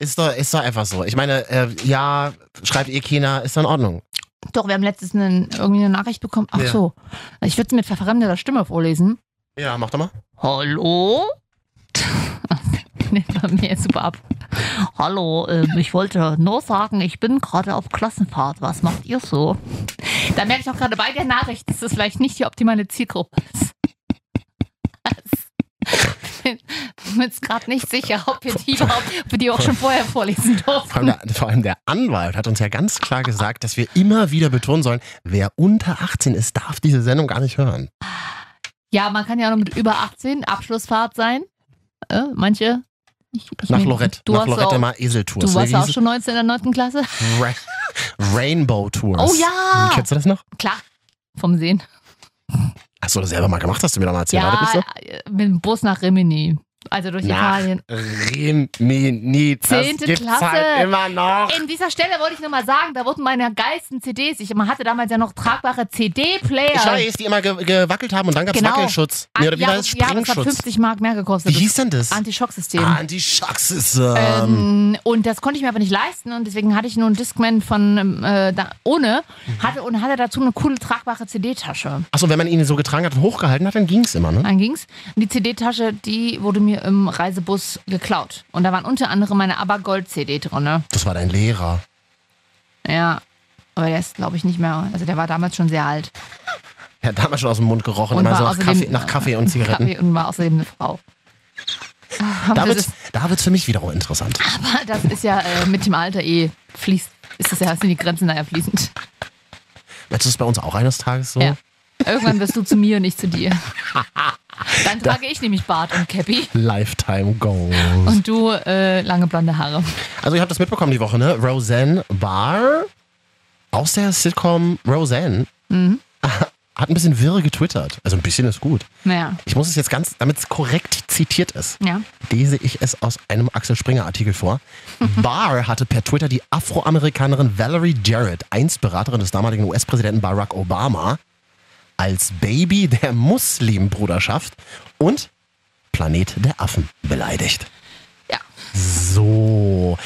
ist, doch, ist doch einfach so. Ich meine, äh, ja, schreibt ihr China, ist doch in Ordnung.
Doch, wir haben letztens einen, irgendwie eine Nachricht bekommen. Ach
Ja.
so, ich würde es mit verfremdeter Stimme vorlesen.
Ja, mach doch mal.
Hallo? Nimmt man mir jetzt super ab. Hallo, ähm, ich wollte nur sagen, ich bin gerade auf Klassenfahrt. Was macht ihr so? Da merke ich auch gerade bei der Nachricht, dass das vielleicht nicht die optimale Zielgruppe ist. Ich bin mir jetzt gerade nicht sicher, ob wir die überhaupt, ob wir die auch schon vorher vorlesen
Vor allem,
durften.
der, vor allem der Anwalt hat uns ja ganz klar gesagt, dass wir immer wieder betonen sollen, wer unter 18 ist, darf diese Sendung gar nicht hören.
Ja, man kann ja noch mit über 18 Abschlussfahrt sein. Äh, manche. Ich, ich
Nach
mein,
Lorette.
Du
nach
warst
Lorette
auch,
mal Eseltours.
Du
Nee,
warst
wie
ja auch
hieß
schon 19 in der 9. Klasse.
es? Ra Rainbow Tours.
Oh ja!
Kennst du das noch?
Klar, vom Sehen.
Hast du das selber mal gemacht? Hast du mir da mal erzählt? oder bist
Ja,
du?
äh, mit dem Bus nach Rimini. Also durch
Nach
Italien.
Rimini. Das
Zehnte
gibt's
Klasse.
halt immer noch.
In dieser Stelle wollte ich nur mal sagen, da wurden meine geilsten CDs. Ich, man hatte damals ja noch tragbare
Ich
CD-Player.
weiß, die immer ge gewackelt haben und dann gab's
Genau.
Wackelschutz. Nee, oder wie war das?
ja, das hat
Springschutz. Ah,
50 Mark mehr gekostet.
Wie hieß denn das?
das? Antischocksystem.
Anti-Schaxism.
Ähm, und das konnte ich mir aber nicht leisten und deswegen hatte ich nur einen Discman von ähm, äh, da, ohne
Mhm.
hatte und hatte dazu eine coole tragbare CD-Tasche.
Achso, wenn man ihn so getragen hat und hochgehalten hat, dann ging's immer, ne?
Dann ging's. Und die CD-Tasche, die wurde mir im Reisebus geklaut. Und da waren unter anderem meine ABBA Gold-CD drinne.
Das war dein Lehrer.
Ja, aber der ist, glaube ich, nicht mehr. Also der war damals schon sehr alt.
Er hat damals schon aus dem Mund gerochen,
Und
immer
war
so nach
außerdem-
Kaffee, nach Kaffee und Zigaretten.
Kaffee und war außerdem eine Frau.
Da
Aber das
wird's,
ist,
da wird's für mich wiederum interessant.
aber das ist ja äh, mit dem Alter eh fließt. Ist das ja, sind die Grenzen da ja fließend.
Meinst du das bei uns auch eines Tages so?
Ja. Irgendwann wirst du zu mir und nicht zu dir. Dann trage ich nämlich Bart und Cappy
Lifetime Goals.
und du äh, lange blonde Haare.
Also ihr habt das mitbekommen die Woche, ne? Roseanne Barr aus der Sitcom Roseanne hat ein bisschen wirr getwittert. Also ein bisschen ist gut.
Naja,
Ich muss es jetzt ganz, damit es korrekt zitiert ist,
ja.
lese ich es aus einem Axel Springer Artikel vor. Barr hatte per Twitter die Afroamerikanerin Valerie Jarrett, einst Beraterin des damaligen US-Präsidenten Barack Obama, als Baby der Muslimbruderschaft und Planet der Affen beleidigt.
Ja.
So.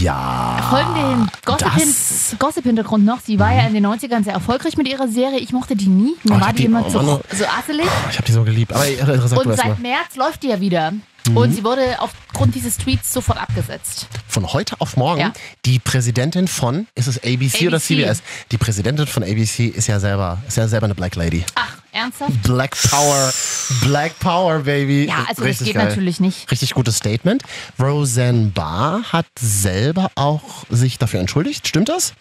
Ja.
Folgen dem Gossip-Hin- Gossip-Hintergrund noch. Sie war ja in den 90ern sehr erfolgreich mit ihrer Serie. Ich mochte die nie. Mir
Oh, ich
war
hab
die,
die-
immer
oh,
zu,
Mann,
so asselig.
Ich habe die so geliebt. Aber äh, sag du
Und
erst mal. Mhm.
seit März läuft die ja wieder. Und sie wurde aufgrund dieses Tweets sofort abgesetzt.
Von heute auf morgen,
Ja.
die Präsidentin von, ist es ABC, oder
ABC?
CBS? Die Präsidentin von ABC ist ja selber, ist ja selber eine Black Lady.
Ach, Ernsthaft?
Black Power. Black Power, Baby.
Ja, also das
Richtig
geht
geil.
natürlich nicht.
Richtig gutes Statement. Roseanne Barr hat selber auch sich dafür entschuldigt. Stimmt das?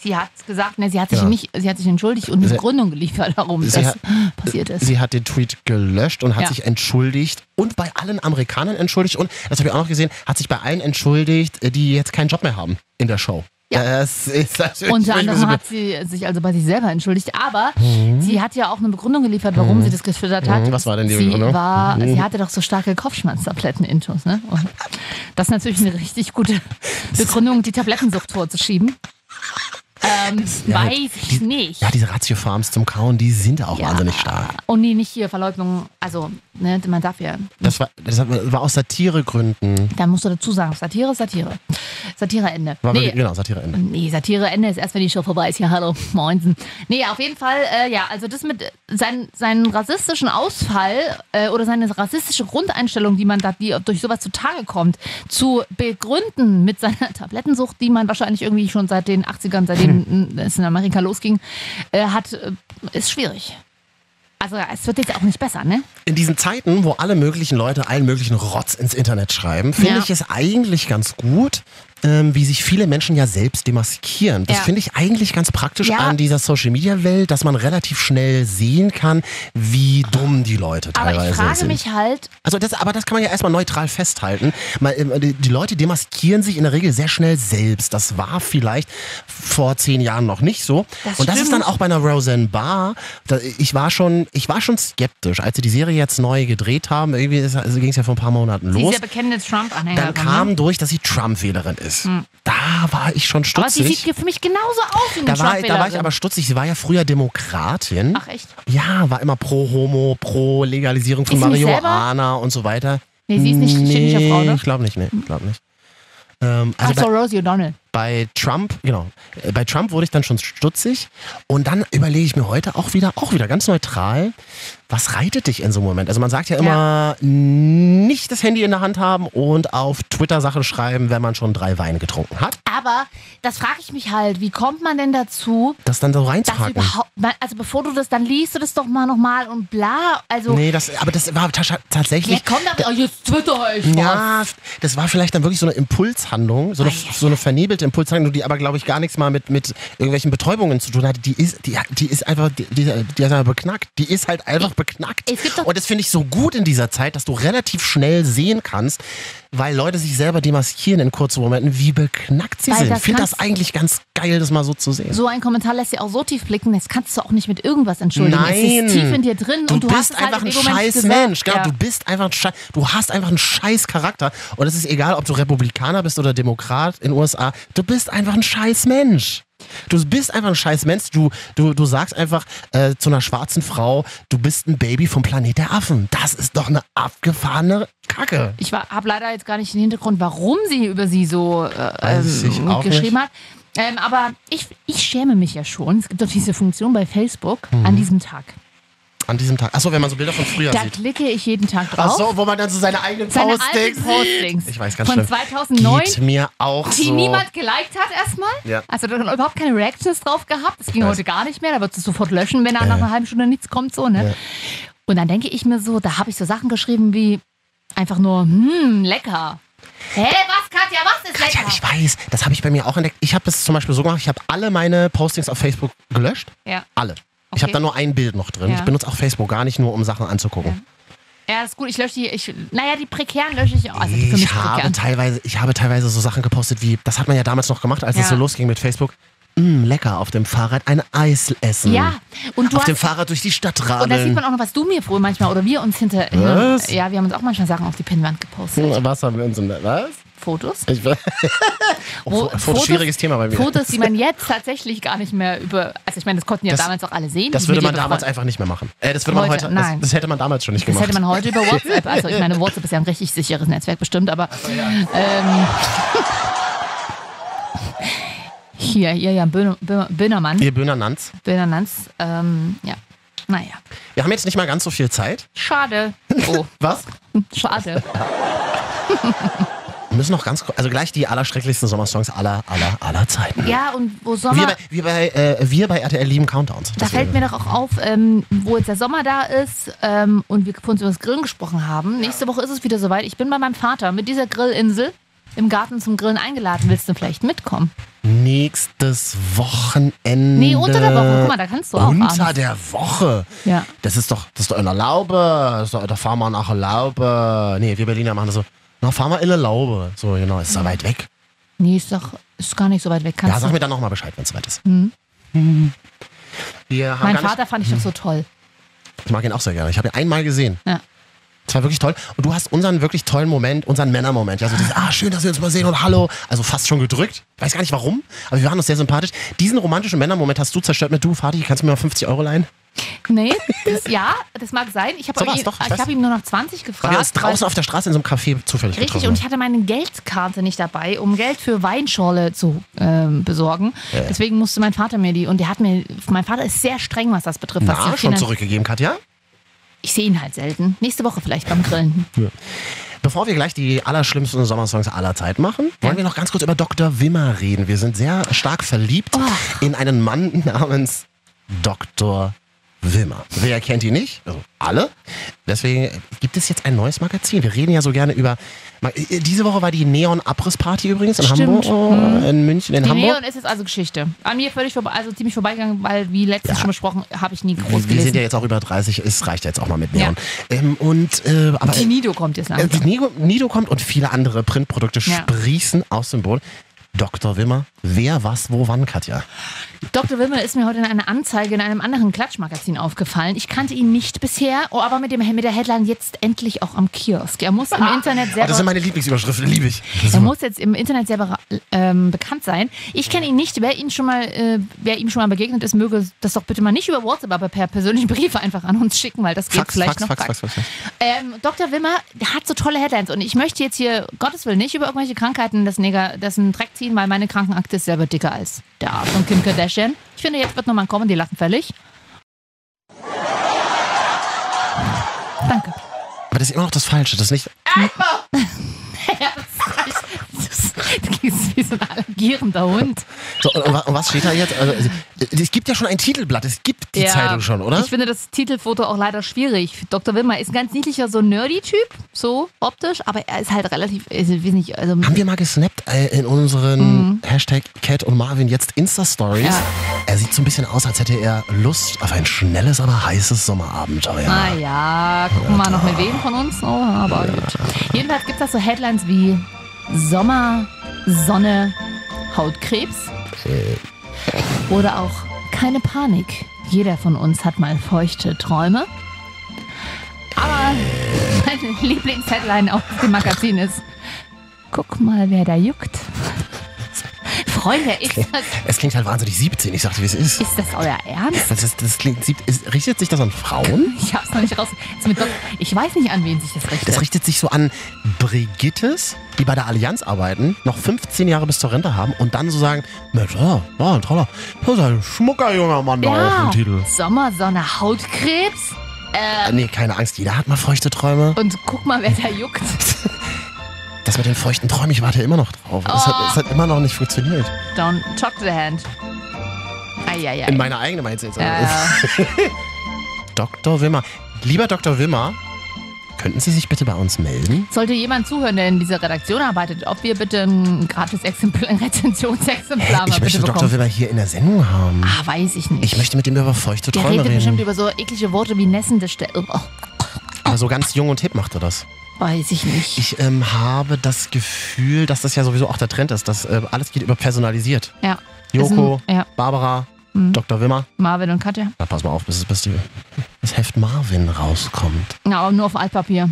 Sie hat gesagt, ne, sie hat sich
Ja.
nicht, sie hat sich entschuldigt und eine Begründung geliefert, warum
Sie
das
hat-
passiert ist.
Sie hat den Tweet gelöscht und hat
Ja.
sich entschuldigt und bei allen Amerikanern entschuldigt und, das habe ich auch noch gesehen, hat sich bei allen entschuldigt, äh, die jetzt keinen Job mehr haben in der Show.
Ja.
Das ist natürlich
Unter
ein
anderem
bisschen-
hat sie sich also bei sich selber entschuldigt, aber sie hat ja auch eine Begründung geliefert, warum sie das gefüttert hat.
Mhm, was war denn die
sie
Begründung? Mhm.
War, Sie hatte doch so starke Kopfschmerztabletten-Intos. Ne? Und das ist natürlich eine richtig gute Begründung, die Tablettensucht vorzuschieben. Ähm,
ja,
weiß ich nicht.
ja, diese Ratio Farms zum Kauen, die sind auch
Ja.
wahnsinnig stark.
Oh nee, nicht hier, Verleugnung. Also, ne, man darf ja.
Das war, das war aus Satiregründen.
Da musst du dazu sagen, Satire ist Satire. Satireende.
War
Nee,
wirklich, genau, Satireende.
Nee, Satireende ist erst, wenn die Show vorbei ist. Ja, hallo, moinsen. Nee, auf jeden Fall, äh, ja, also das mit äh, sein, seinen rassistischen Ausfall äh, oder seine rassistische Grundeinstellung, die man da, die durch sowas zutage kommt, zu begründen mit seiner Tablettensucht, die man wahrscheinlich irgendwie schon seit den 80ern, seitdem
Hm.
äh, es in Amerika losging, äh, hat, äh, ist schwierig. Also ja, es wird jetzt auch nicht besser, ne?
In diesen Zeiten, wo alle möglichen Leute allen möglichen Rotz ins Internet schreiben, finde
Ja.
ich es eigentlich ganz gut, ähm, wie sich viele Menschen ja selbst demaskieren. Das
Ja.
finde ich eigentlich ganz praktisch
Ja.
an dieser Social-Media-Welt, dass man relativ schnell sehen kann, wie dumm die Leute
Aber
teilweise
ich frage
sind.
mich halt,
also das, aber das kann man ja erstmal neutral festhalten. Mal, ähm, die die Leute demaskieren sich in der Regel sehr schnell selbst. Das war vielleicht vor zehn Jahren noch nicht so.
Das
Und das ist dann
stimmt.
auch bei einer Roseanne Barr. Da, ich war schon, ich war schon skeptisch, als sie die Serie jetzt neu gedreht haben. Irgendwie ist- also ging es ja vor ein paar Monaten
sie ist
los.
ja bekennende
Dann
Trump-Anhängerin.
kam durch, dass sie Trump-Wählerin ist. Da war ich schon
Hm. aber sie
stutzig.
sieht für mich genauso aus wie eine
Da war, da war ich
Trump-Wählerin.
aber stutzig. Sie war ja früher Demokratin.
Ach echt?
Ja, war immer pro Homo, pro Legalisierung von
Ist sie nicht
Marihuana und so weiter.
Nee, sie ist nicht chinesischer Frau, ne?
Ich glaube nicht, nee, ich glaube nicht. Ähm, also
Ach so, Rosie O'Donnell.
bei, bei Trump, genau, äh, bei Trump wurde ich dann schon stutzig und dann überlege ich mir heute auch wieder, auch wieder ganz neutral, was reitet dich in so einem Moment? Also man sagt ja immer, nicht das Handy in der Hand haben und auf Twitter Sachen schreiben, wenn man schon drei Weine getrunken hat.
Aber das frage ich mich halt, wie kommt man denn dazu,
Das dann so
dass
reinzuhaken.
überhaupt, man- also bevor du das, dann liest du das doch mal nochmal und bla, also,
Nee, das, aber das war tascha-
ja
tatsächlich
komm doch, oh, jetzt twitter ich was.
Ja, das war vielleicht dann wirklich so eine Impulshandlung, so eine, so eine vernebelte Impulshandlung, die aber, glaube ich, gar nichts mal mit, mit irgendwelchen Betäubungen zu tun hatte. Die ist, die, die ist einfach, die, die, die ist einfach beknackt. Die ist halt einfach beknackt.
es gibt doch-
Und das finde ich so gut in dieser Zeit, dass du relativ schnell sehen kannst, weil Leute sich selber demaskieren in kurzen Momenten, wie beknackt sie
Weil
sind.
das
Ich finde das
kannst-
eigentlich ganz geil, das mal so zu sehen.
So ein Kommentar lässt dir auch so tief blicken, das kannst du auch nicht mit irgendwas entschuldigen.
Nein.
Es ist tief in dir drin
Du,
und du hast
bist
es halt
einfach
in
ein
dem Moment
scheiß
gesagt.
Mensch. Genau,
Ja.
Du bist einfach ein scheiß, du hast einfach einen scheiß Charakter. Und es ist egal, ob du Republikaner bist oder Demokrat in den USA. Du bist einfach ein scheiß Mensch. Du bist einfach ein scheiß Mensch. Du, du, du sagst einfach äh, zu einer schwarzen Frau, du bist ein Baby vom Planet der Affen. Das ist doch eine abgefahrene Kacke.
Ich habe leider jetzt gar nicht den Hintergrund, warum sie über sie so äh,
Weiß ich
ähm,
auch
geschrieben hat. Ähm, aber ich, ich schäme mich ja schon. Es gibt doch diese Funktion bei Facebook an diesem Tag.
An diesem Tag. Achso, wenn man so Bilder von früher
Da
Mhm. sieht.
klicke ich jeden Tag drauf.
Achso, wo man dann so seine eigenen
Seine
Postings.
alten Postings.
Ich weiß ganz
Von
schlimm.
2009,
Geht mir auch
die
so.
niemand geliked hat erstmal.
Ja.
Also da hat überhaupt keine Reactions drauf gehabt. Das ging
weiß.
heute gar nicht mehr. Da würdest du sofort löschen, wenn da nach einer halben Stunde nichts kommt. So, ne?
Ja.
Und dann denke ich mir so, da habe ich so Sachen geschrieben wie einfach nur, hm, lecker. Hä, was, Katja, was ist
Ja,
lecker?
ich weiß. Das habe ich bei mir auch entdeckt. Ich habe das zum Beispiel so gemacht. Ich habe alle meine Postings auf Facebook gelöscht.
Ja.
Alle. Ich habe da
Okay.
nur ein Bild noch drin.
Ja.
Ich benutze auch Facebook gar nicht nur, um Sachen anzugucken.
ja, ist gut. Ich lösche die, ich, naja, die prekären lösche ich auch. Also die für mich
Ich habe,
prekären.
teilweise, ich habe teilweise so Sachen gepostet wie, das hat man ja damals noch gemacht, als es
Ja.
so losging mit Facebook. Mm, lecker auf dem Fahrrad ein Eis essen.
Ja, und du
auf dem
hast
Fahrrad durch die Stadt
Und da sieht
radeln.
man auch noch, was du mir früher manchmal oder wir uns hinter.
Was? Hm.
Ja, wir haben uns auch manchmal Sachen auf die Pinnwand gepostet.
Was haben wir uns denn da? Was?
Fotos.
Ich, oh,
Wo-
Fo- Fotos, schwieriges Thema bei mir.
Fotos, die man jetzt tatsächlich gar nicht mehr über. Also, ich meine, das konnten ja
Das-
damals auch alle sehen. die
das
mit
würde man
dir
damals
befreundet-
einfach nicht mehr machen. Äh, das würde man
Heute?
heute, das,
Nein.
das hätte man damals schon nicht
Das
gemacht.
hätte man heute über WhatsApp. Also, ich meine, WhatsApp ist ja ein richtig sicheres Netzwerk bestimmt, aber. Ähm, hier, hier, ja, Böhner- Böhner- Böhnermann.
Ihr Böhner Nanz.
Böhner Nanz. Ähm, ja. Naja.
Wir haben jetzt nicht mal ganz so viel Zeit.
Schade. Oh,
Was?
schade.
müssen noch ganz kurz, also gleich die allerschrecklichsten Sommersongs aller, aller, aller Zeiten.
Ja, und wo Sommer.
Wir bei, wir bei, äh, wir bei RTL lieben Countdowns.
Da fällt mir doch auch auf, ähm, wo jetzt der Sommer da ist ähm, und wir vorhin über das Grillen gesprochen haben. Nächste Woche ist es wieder soweit. Ich bin bei meinem Vater mit dieser Grillinsel im Garten zum Grillen eingeladen. Willst du vielleicht mitkommen?
Nächstes Wochenende.
Nee, unter der Woche. Guck mal, da kannst du auch
Unter
abends.
der Woche.
Ja.
Das ist doch, das ist doch in der Laube. Das ist doch, da fahren wir nach der Laube. Nee, wir Berliner machen das so. Na, fahren wir in der Laube. So, genau. Ist da weit weg.
Nee, ist doch ist gar nicht Mhm. so weit weg. Kannst
Ja, sag
du-
mir dann nochmal Bescheid, wenn es weit ist.
Hm.
Wir haben
Mein
gar nicht-
Vater fand ich doch so toll.
Ich mag ihn auch sehr gerne. Ich habe ihn einmal gesehen.
Ja.
Es war wirklich toll. Und du hast unseren wirklich tollen Moment, unseren Männermoment. Ja, so dieses, ah, schön, dass wir uns mal sehen und hallo. Also fast schon gedrückt. Weiß gar nicht warum, aber wir waren uns sehr sympathisch. Diesen romantischen Männermoment hast du zerstört mit du, Vati, kannst du mir mal 50 Euro leihen?
Nee, das, ja, das mag sein. Ich habe
So war's
ihn-
doch, ich
ich
weiß.
hab ihm nur noch 20
Weil
gefragt.
wir uns draußen
weil-
auf der Straße in so einem Café zufällig
Richtig,
getroffen
und ich hatte meine Geldkarte nicht dabei, um Geld für Weinschorle zu ähm, besorgen. Deswegen musste mein Vater mir die. Und der hat mir. Mein Vater ist sehr streng, was das betrifft. was
Na,
die
schon
Finan-
zurückgegeben, Katja?
Ich sehe ihn halt selten. Nächste Woche vielleicht beim Grillen.
Bevor wir gleich die allerschlimmsten Sommersongs aller Zeit machen, wollen wir noch ganz kurz über Dr. Wimmer reden. Wir sind sehr stark verliebt
Oh.
in einen Mann namens Dr. Wimmer. Wer kennt ihn nicht? Also alle. Deswegen gibt es jetzt ein neues Magazin. Wir reden ja so gerne über. Ma- äh, Diese Woche war die Neon-Abriss-Party übrigens in
Stimmt. Hm.
Hamburg, äh, in München, in
Die
Hamburg.
Neon ist jetzt also Geschichte. An mir völlig vorbei, also ziemlich vorbeigegangen, weil, wie letztens schon besprochen, habe ich nie groß
wir sind ja
gelesen.
jetzt auch über 30, es reicht ja jetzt auch mal mit Neon. Ähm, und, äh, aber
Die Nido kommt jetzt
Äh,
langsam.
Die Nido, Nido kommt und viele andere Printprodukte
Ja.
sprießen aus dem Boden. Dr. Wimmer, wer, was, wo, wann, Katja? Oh,
Dr. Wimmer ist mir heute in einer Anzeige in einem anderen Klatschmagazin aufgefallen. Ich kannte ihn nicht bisher, oh, aber mit, dem, mit der Headline jetzt endlich auch am Kiosk. Er muss im Internet
Oh, das
selber
sind meine Lieblingsüberschriften, liebe ich.
Er muss jetzt im Internet selber ähm, bekannt sein. Ich kenne ihn nicht. Wer, ihn schon mal, äh, wer ihm schon mal begegnet ist, möge das doch bitte mal nicht über WhatsApp, aber per persönlichen Brief einfach an uns schicken, weil das geht
Fax, Fax,
vielleicht noch.
Fax, Fax, Fax, Fax.
Ähm, Dr. Wimmer hat so tolle Headlines und ich möchte jetzt hier, Gottes Willen, nicht über irgendwelche Krankheiten das Neger, dessen Dreck ziehen, weil meine Krankenakte ist selber dicker als der Arsch von Kim Kardashian. Ich finde, jetzt wird nochmal kommen, die lachen fällig. Danke.
Aber das ist immer noch das Falsche. Das ist nicht.
Ja, das ist- das ist wie so ein allergierender Hund.
So, und, und wa- und was steht da jetzt? Also, äh, es gibt ja schon ein Titelblatt. Es gibt die
Ja.
Zeitung schon, oder?
Ich finde das Titelfoto auch leider schwierig. Dr. Wimmer ist ein ganz niedlicher, so nerdy-Typ, so optisch, aber er ist halt relativ, also, ich weiß nicht, also
Haben wir mal gesnappt äh, in unseren Hashtag Cat und Marvin jetzt Insta-Stories?
Mhm. Ja.
Er sieht so ein bisschen aus, als hätte er Lust auf ein schnelles, aber heißes Sommerabenteuer.
naja, Ah gucken wir mal noch mit wem von uns. Oh, aber gut. Jedenfalls gibt es da so Headlines wie Sommer, Sonne, Hautkrebs oder auch keine Panik. Jeder von uns hat mal feuchte Träume. Aber meine Lieblingsheadline aus dem Magazin ist: Guck mal, wer da juckt. Freunde, ist das,
Es klingt halt wahnsinnig 17. Ich sagte, wie es ist.
ist das euer Ernst?
Das, ist, das klingt, sieht- ist, richtet sich das an Frauen?
Ich hab's noch nicht raus. Jetzt mit Doc- Ich weiß nicht, an wen sich das richtet.
Das richtet sich so an Brigittes, die bei der Allianz arbeiten, noch 15 Jahre bis zur Rente haben und dann so sagen, Mensch, ja, war ein toller, das ist ein schmucker junger Mann da auf dem Titel.
Sommer, Sonne, Hautkrebs.
Ah, Nee, keine Angst, jeder hat mal feuchte Träume.
Und guck mal, wer da juckt.
Das mit den feuchten Träumen, ich warte immer noch drauf. Das, hat, das
Oh.
hat immer noch nicht funktioniert.
Don't talk to the hand. Eieiei.
In meiner eigenen meinst du jetzt.
Ja, ja.
Dr. Wimmer. Lieber Dr. Wimmer, könnten Sie sich bitte bei uns melden?
Sollte jemand zuhören, der in dieser Redaktion arbeitet, ob wir bitte ein gratis Exemplar, ein Rezensionsexemplar mal
Ich
bitte
möchte Dr.
bekommen.
Wimmer hier in der Sendung haben.
Ah, weiß ich nicht.
Ich möchte mit ihm über feuchte
der
Träume
redet bestimmt
reden.
über so eklige Worte wie nässende Stelle. Oh,
Aber so ganz jung und hip macht er das.
weiß ich nicht.
Ich ähm, habe das Gefühl, dass das ja sowieso auch der Trend ist, dass äh, alles geht über personalisiert.
Ja.
Joko,
Ist ein- ja.
Barbara, Dr. Wimmer.
Marvin und Katja.
Na, pass mal auf, bis, bis die, das Heft Marvin rauskommt.
Na, aber nur auf Altpapier.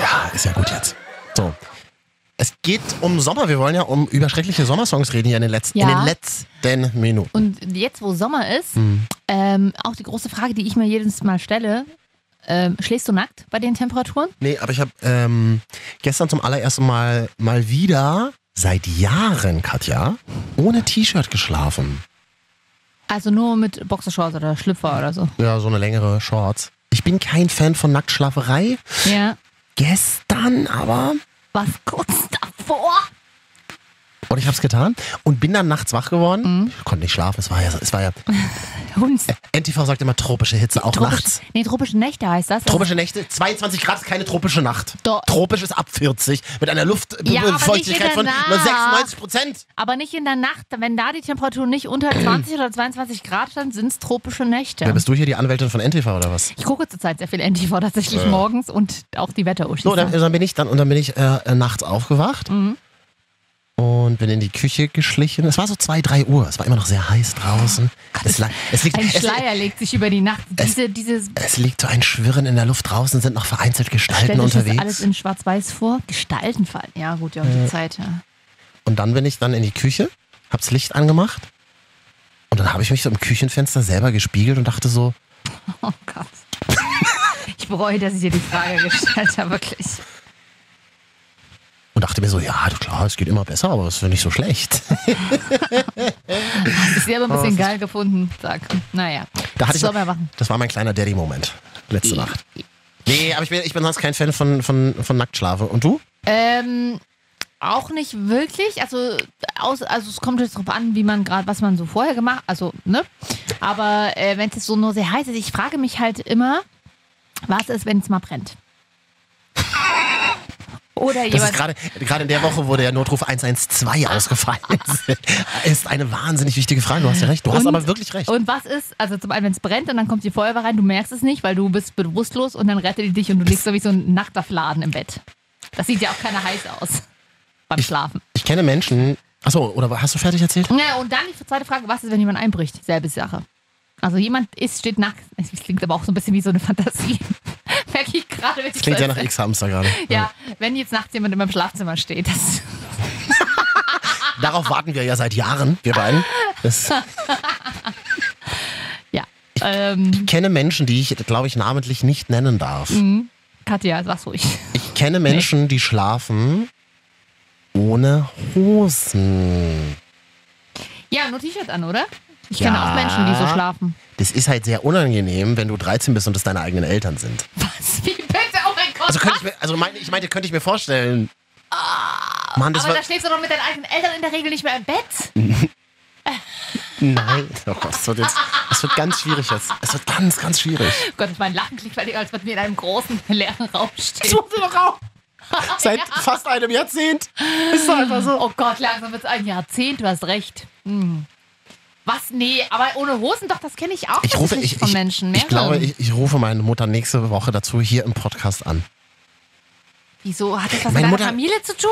Ja, ist ja gut jetzt. So. Es geht um Sommer. Wir wollen ja um überschreckliche Sommersongs reden hier in den, letzten, in
Ja.
den letzten Minuten.
Und jetzt, wo Sommer ist,
Mhm.
ähm, auch die große Frage, die ich mir jedes Mal stelle, ähm, schläfst du nackt bei den Temperaturen?
Nee, aber ich habe ähm, gestern zum allerersten Mal mal wieder seit Jahren, Katja, ohne T-Shirt geschlafen.
Also nur mit Boxershorts oder Schlüpfer oder so.
Ja, so eine längere Shorts. Ich bin kein Fan von Nacktschlaferei.
Ja.
Gestern aber.
Was kurz davor?
Und ich habe es getan und bin dann nachts wach
Mhm.
geworden. Ich konnte nicht schlafen. Es war ja, es war ja.
Hunds.
NTV sagt immer tropische Hitze, auch Äh, nachts.
Nee, tropische Nächte heißt das.
Tropische Nächte, 22 Grad ist keine tropische Nacht.
Doch.
Tropisch ist ab 40 mit einer
Ja, aber nicht
Luftfeuchtigkeit
in
von
der
nur
Nacht.
96 Prozent.
Aber nicht in der Nacht. Wenn da die Temperaturen nicht unter 20 oder 22 Grad sind, sind es tropische Nächte.
Wer bist du hier, die Anwältin von NTV oder was?
Ich gucke zurzeit sehr viel NTV tatsächlich
Ja.
morgens und auch die Wetteruschis.
Äh. So, dann, dann bin ich dann und dann bin ich äh, nachts aufgewacht
Mhm.
und bin in die Küche geschlichen. Es war so 2, 3 Uhr. Es war immer noch sehr heiß draußen. es, la- es, liegt,
Ein
es,
Schleier legt sich über die Nacht.
es-
Diese, dieses
es liegt so ein Schwirren in der Luft. Draußen sind noch vereinzelt Gestalten
Stell ich das
unterwegs. Äh.
alles in Schwarz-Weiß vor. Gestalten fallen. Ja, gut, ja, um die Zeit. Ja.
Und dann bin ich dann in die Küche, hab's Licht angemacht und dann habe ich mich so im Küchenfenster selber gespiegelt und dachte so,
Oh Gott. Ich bereue, dass ich dir die Frage gestellt habe, wirklich.
und dachte mir so, ja, du, klar, es geht immer besser, aber es ist nicht so schlecht.
Ich selber ein bisschen geil gefunden. Sag. Naja.
Oh, Da hatte
Was soll
ich
man machen?
das war mein kleiner Daddy-Moment letzte Nacht. Nee, aber ich bin, ich bin sonst kein Fan von, von, von Nacktschlafe. Und du?
Ähm, auch nicht wirklich. Also, aus, also es kommt jetzt drauf an, wie man gerade, was man so vorher gemacht Also, ne? Aber äh, wenn es jetzt so nur sehr heiß ist, ich frage mich halt immer, was ist, wenn es mal brennt? Oder
Das ist
jemand.
gerade gerade in der Woche, wo der Notruf 112 ausgefallen ist, ist eine wahnsinnig wichtige Frage. Du hast ja recht. Du hast
Und-
aber wirklich recht.
Und was ist, also zum einen, wenn es brennt und dann kommt die Feuerwehr rein, du merkst es nicht, weil du bist bewusstlos und dann rettet die dich und du liegst so wie so ein nackter Fladen im Bett. Das sieht ja auch keiner heiß aus beim Schlafen.
Ich kenne Menschen. Achso, oder hast du fertig erzählt?
Ja, und dann die zweite Frage, was ist, wenn jemand einbricht? Selbe Sache. Also jemand ist, steht nackt. Es klingt aber auch so ein bisschen wie so eine Fantasie. Merke ich gerade, wenn ich
Das klingt ja nach
erzähle.
X-Hamster gerade.
Ja, wenn jetzt nachts jemand in meinem Schlafzimmer steht. Das
Darauf warten wir ja seit Jahren, wir beiden. Das,
ähm,
ich kenne Menschen, die ich, glaube ich, namentlich nicht nennen darf.
Mhm. Katja, sag's ruhig.
Ich kenne Menschen, die schlafen ohne Hosen.
Ja, nur T-Shirt an, oder? Ich
Ja.
kenne auch Menschen, die so schlafen.
Das ist halt sehr unangenehm, wenn du 13 bist und das deine eigenen Eltern sind.
Was? Wie bitte? Oh mein Gott.
Also könnte ich mir, also mein, ich meinte, könnte ich mir vorstellen. Mann, das
aber
war. Hm.
da schläfst du doch mit deinen eigenen Eltern in der Regel nicht mehr im Bett.
Nein. Oh Gott, es wird jetzt. Es wird ganz schwierig jetzt. Es wird ganz, ganz schwierig.
Gott, mein Lachen klingt, weil ich als mit mir in einem großen leeren Raum stehe.
muss doch auch. Seit fast einem Jahrzehnt. Ist halt- doch einfach Also so.
Oh Gott, langsam wird es ein Jahrzehnt, du hast recht. Hm. Was? Nee, aber ohne Hosen, doch, das kenne ich auch.
Ich rufe,
tatsächlich
ich,
von
ich,
Menschen.
ich
mehreren.
glaube, ich, ich rufe meine Mutter nächste Woche dazu hier im Podcast an.
Wieso? Hat das was mit
Meine
deiner
Mutter-
Familie zu tun?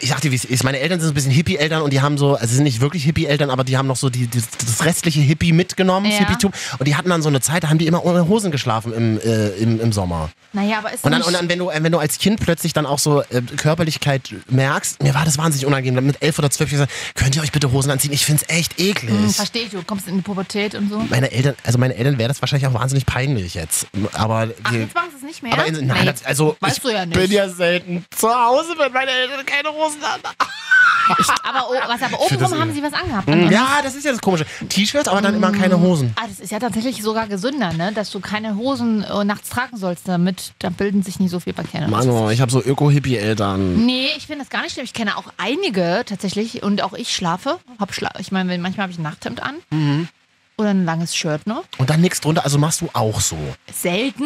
Ich sagte, wie es ist. Meine Eltern sind so ein bisschen Hippie-Eltern und die haben so, also sie sind nicht wirklich Hippie-Eltern, aber die haben noch so die, die, das restliche Hippie mitgenommen, das
Ja.
Hippie-Tum. Und die hatten dann so eine Zeit, da haben die immer ohne Hosen geschlafen im, äh, im, im Sommer.
Naja, aber ist
Und dann,
nicht...
und dann wenn, du, äh, wenn du als Kind plötzlich dann auch so äh, Körperlichkeit merkst, mir war das wahnsinnig unangenehm. Dann mit elf oder zwölf hab ich gesagt, könnt ihr euch bitte Hosen anziehen? Ich find's echt eklig.
Hm, verstehe ich, du kommst in die Pubertät und so.
meine Eltern, also meine Eltern wäre das wahrscheinlich auch wahnsinnig peinlich jetzt. Aber
Ach,
die-
jetzt machen sie es nicht mehr?
aber in, nein,
Nee.
das, also
Weißt
ich
du ja nicht.
bin ja selten zu Hause, wenn meine Eltern keine Hosen haben.
aber, oh, was, aber
find das
obenrum haben
eh-
sie was angehabt.
Ja, das ist ja das Komische. T-Shirts, aber dann immer keine Hosen.
Ah, das ist ja tatsächlich sogar gesünder, ne? Dass du keine Hosen äh, nachts tragen sollst, damit da bilden sich nicht so viel Bakterien.
Mann, oh, ich habe so Öko-Hippie-Eltern.
Nee, ich finde das gar nicht schlimm. Ich kenne auch einige tatsächlich und auch ich schlafe. Hab schla ich meine, wenn- manchmal habe ich ein Nachthemd an
Mhm.
oder ein langes Shirt noch.
Und dann nix drunter, also machst du auch so.
Selten,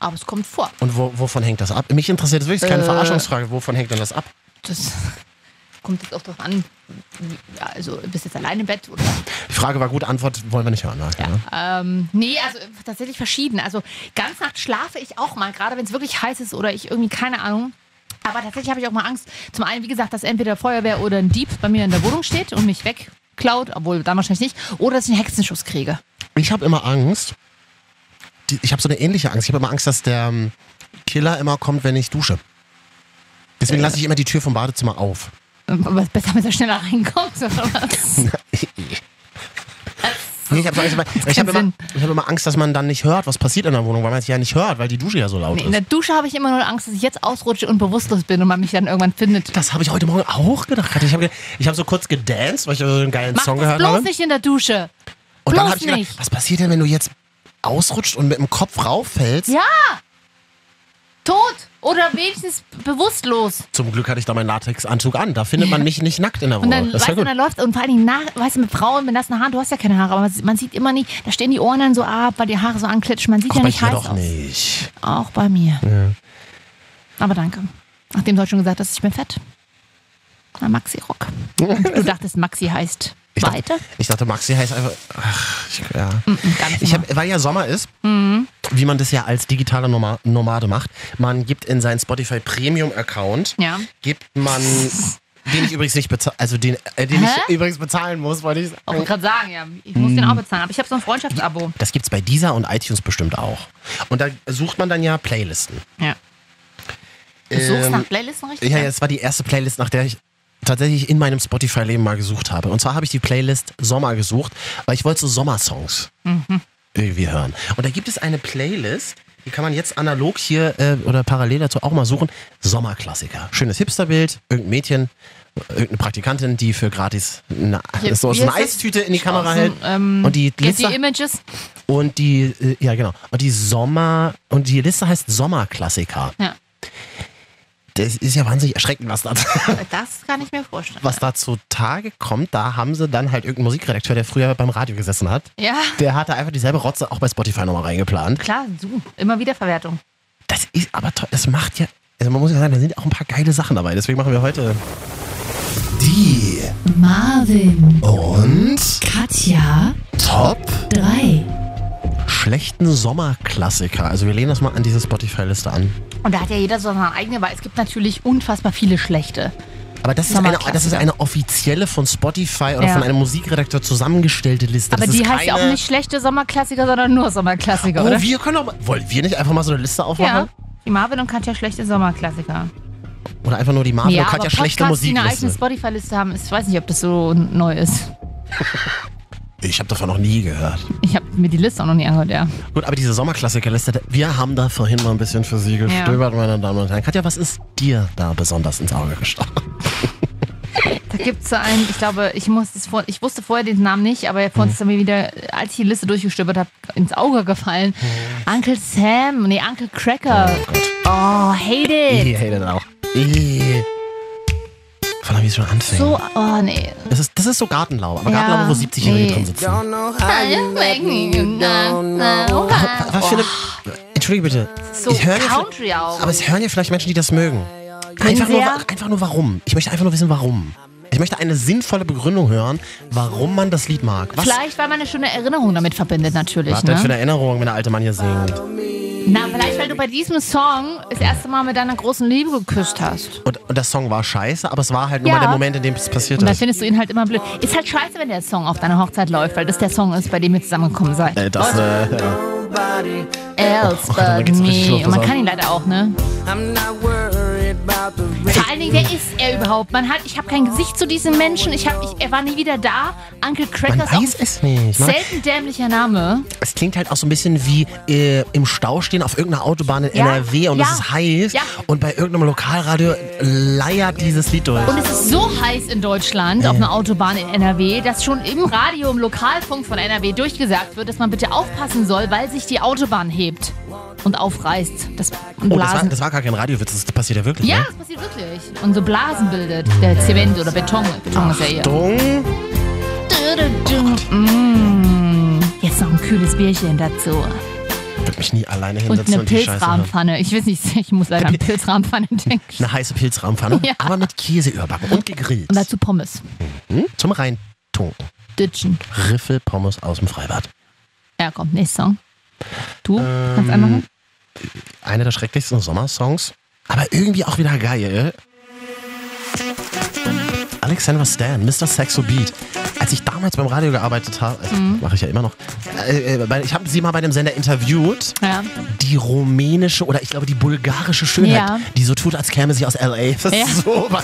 aber es kommt vor.
Und wo, wovon hängt das ab? Mich interessiert das wirklich, das ist keine
Äh.
Verarschungsfrage. Wovon hängt denn das ab?
Das kommt jetzt auch drauf an. wie- ja, Also bist jetzt alleine im Bett oder?
Die Frage war gut, Antwort wollen wir nicht hören. Ja. Ne?
Ähm, nee, also äh, tatsächlich verschieden. Also ganz nachts schlafe ich auch mal, gerade wenn es wirklich heiß ist oder ich irgendwie keine Ahnung. Aber tatsächlich habe ich auch mal Angst. Zum einen, wie gesagt, dass entweder Feuerwehr oder ein Dieb bei mir in der Wohnung steht und mich wegklaut, obwohl dann wahrscheinlich nicht, oder dass ich einen Hexenschuss kriege.
Ich habe immer Angst. Die, ich habe so eine ähnliche Angst. Ich habe immer Angst, dass der ähm, Killer immer kommt, wenn ich dusche. Deswegen lasse ich immer die Tür vom Badezimmer auf.
Ähm, Aber besser, wenn er schneller reinkommt oder was?
Nee, ich habe so Angst, weil- ich hab
keinen
immer, ich hab immer Angst, dass man dann nicht hört, was passiert in der Wohnung, weil man es ja nicht hört, weil die Dusche ja so laut
Nee, in der
ist.
Dusche habe ich immer nur Angst, dass ich jetzt ausrutsche und bewusstlos bin und man mich dann irgendwann findet.
Das habe ich heute Morgen auch gedacht. Katja. Ich habe ich hab so kurz gedanced, weil ich also so einen geilen
Mach
Song
das
gehört
bloß
habe.
nicht in der Dusche.
Und dann
bloß
habe ich gedacht,
nicht.
was passiert denn, wenn du jetzt ausrutscht und mit dem Kopf rauffällst.
Ja. Tot oder wenigstens bewusstlos.
Zum Glück hatte ich da meinen Latexanzug an. Da findet man mich nicht nackt in der
Und
Wohnung.
dann,
Oh, Das
weißt
war
du,
gut.
dann läuft und vor allen Dingen nach, weißt du, mit Frauen mit nassen Haaren, du hast ja keine Haare, aber man, man sieht immer nicht, da stehen die Ohren dann so ab, weil die Haare so anklitschen, man sieht
Ach,
ja
bei
nicht
dir
heiß
doch
aus.
nicht.
Auch bei mir. Aber danke. Nachdem du heute schon gesagt hast, ich bin fett. Na, Maxi Rock. du dachtest, Maxi heißt
Ich dachte-
weiter. Mm,
Ich dachte, Maxi heißt einfach. Ach, ich, ja.
Ganz
Ich hab, weil ja Sommer ist,
Mhm.
wie man das ja als digitaler Noma- Nomade macht, man gibt in seinen Spotify Premium Account,
Ja.
gibt man, den ich übrigens nicht bezahlen, also den, äh, den
Hä?
ich übrigens bezahlen muss, wollte ich
Ich
sagen.
wollte gerade sagen, ja. Ich muss
Mm.
den auch bezahlen, aber ich habe so ein Freundschaftsabo.
Das gibt's bei dieser und iTunes bestimmt auch. Und da sucht man dann ja Playlisten.
Ja. Du suchst
Ähm,
nach Playlisten richtig?
Ja, ja, es war die erste Playlist, nach der ich tatsächlich in meinem Spotify-Leben mal gesucht habe. Und zwar habe ich die Playlist Sommer gesucht, weil ich wollte so Sommersongs
Mhm.
irgendwie hören. Und da gibt es eine Playlist, die kann man jetzt analog hier äh, oder parallel dazu auch mal suchen. Sommerklassiker. Schönes Hipsterbild, irgendein Mädchen, irgendeine Praktikantin, die für gratis eine,
Hier-
so, so
wie
eine
heißt das?
Eistüte in die Kamera
Aus dem,
hält.
ähm,
und die
Getty
Liste
Images.
und die, äh, ja genau, und die Sommer, und die Liste heißt Sommerklassiker.
Ja.
Das ist ja wahnsinnig erschreckend, was da
Das kann ich mir vorstellen.
was da zutage kommt, da haben sie dann halt irgendeinen Musikredakteur, der früher beim Radio gesessen hat,
Ja,
der hatte einfach dieselbe Rotze auch bei Spotify nochmal reingeplant.
klar, du. Immer wieder Verwertung.
Das ist aber toll, das macht ja, also man muss ja sagen, da sind auch ein paar geile Sachen dabei, deswegen machen wir heute die
Marvin,
und
Katja,
Top
3.
schlechten Sommerklassiker. Also wir lehnen das mal an diese Spotify-Liste an.
Und da hat ja jeder so seine eigene, weil es gibt natürlich unfassbar viele schlechte.
Aber das ist, eine,
Sommerklassiker.
das ist eine offizielle von Spotify oder
Ja.
von einem Musikredakteur zusammengestellte Liste.
Aber
das
die
ist
heißt ja auch
keine-
nicht schlechte Sommerklassiker, sondern nur Sommerklassiker,
Oh,
oder?
wir können auch mal, wollen wir nicht einfach mal so eine Liste
ja.
aufmachen?
Die Marvin und Katja schlechte Sommerklassiker.
Oder einfach nur die Marvel
ja,
und Katja
aber
schlechte
Podcasts, die eine
Musikliste?
eigene Spotify-Liste haben, ich weiß nicht, ob das so neu ist.
Ich habe davon noch nie gehört.
Ich habe mir die Liste auch noch nie angehört, ja.
Gut, aber diese Sommerklassikerliste, wir haben da vorhin mal ein bisschen für Sie gestöbert, meine Damen und Herren. Katja, was ist dir da besonders ins Auge gestochen?
Da gibt es so einen, ich glaube, ich, muss das vor, ich wusste vorher den Namen nicht, aber vorhin
Hm.
ist er mir wieder, als ich die Liste durchgestöbert habe, ins Auge gefallen.
Hm.
Uncle Sam, nee, Uncle Cracker. Oh, hate it.
Ich hate it auch. Ih. Vor allem, wie es schon anfängt.
So, oh nee.
Das, ist, das ist so Gartenlaube, aber
Ja,
Gartenlaube, wo 70-Jährige
nee.
drin sitzen.
So
Was für eine... Entschuldige bitte. Ich höre ja vielleicht-
Oh. Country auch.
Aber es hören ja vielleicht Menschen, die das mögen.
Können
Einfach nur,
wir?
wa- einfach nur warum. Ich möchte einfach nur wissen, warum. Ich möchte eine sinnvolle Begründung hören, warum man das Lied mag. Was
Vielleicht, weil man eine schöne Erinnerung damit verbindet, natürlich.
hat denn für eine
Ne?
Erinnerung, wenn der alte Mann hier singt?
Na, vielleicht, weil du bei diesem Song das erste Mal mit deiner großen Liebe geküsst hast.
Und, und der Song war scheiße, aber es war halt nur
Ja.
mal der Moment, in dem es passiert
Und dann
ist.
findest du ihn halt immer blöd. Ist halt scheiße, wenn der Song auf deiner Hochzeit läuft, weil das der Song ist, bei dem ihr zusammengekommen seid.
Äh, das, äh, ja.
Else
Oh Gott, dann
but
geht's richtig
me.
los,
Und man
das
kann ihn leider auch, ne? Vor allen Dingen, wer ist er überhaupt? Man hat, ich habe kein Gesicht zu diesem Menschen. Ich hab, ich, er war nie wieder da. Uncle
Man
Cracker ist
weiß
auch
es nicht. Man,
selten dämlicher Name.
es klingt halt auch so ein bisschen wie äh, im Stau stehen auf irgendeiner Autobahn in
Ja,
NRW und
ja,
es ist heiß
ja.
und bei irgendeinem Lokalradio leiert dieses Lied durch.
Und es ist so heiß in Deutschland auf einer Autobahn in NRW, dass schon im Radio, im Lokalfunk von NRW durchgesagt wird, dass man bitte aufpassen soll, weil sich die Autobahn hebt und aufreißt. Das und
Oh, das, war,
Blasen.
das war gar kein Radiowitz, das passiert ja wirklich.
ja,
ne?
das passiert wirklich. Und so Blasen bildet der Zement oder Beton. Beton ist ja hier.
Dung.
Mm. Jetzt noch ein kühles Bierchen dazu.
Ich würde mich nie alleine
Und
hinsetzen
eine
und, die Scheiße ne? hören.
Pilzrahmenpfanne. Ich weiß nicht, ich muss leider an Pilzrahmenpfanne denken.
Eine heiße Pilzrahmenpfanne,
Ja.
aber mit Käse überbacken und gegrillt.
Und dazu Pommes.
Hm? Zum Reintunken.
Ditchen.
Riffelpommes aus dem Freibad.
Ja, komm, nächster Song. Du,
Ähm,
kannst einmal machen?
Einer der schrecklichsten Sommersongs, aber irgendwie auch wieder geil. Alexandra Stan, Mr. Saxo Beat. Als ich damals beim Radio gearbeitet habe, also
Mhm.
mache ich ja immer noch, äh, äh, bei- ich habe sie mal bei dem Sender interviewt,
Ja.
die rumänische oder ich glaube die bulgarische Schönheit,
Ja.
die so tut, als käme sie aus L.A. Das
Ja.
ist so, wa-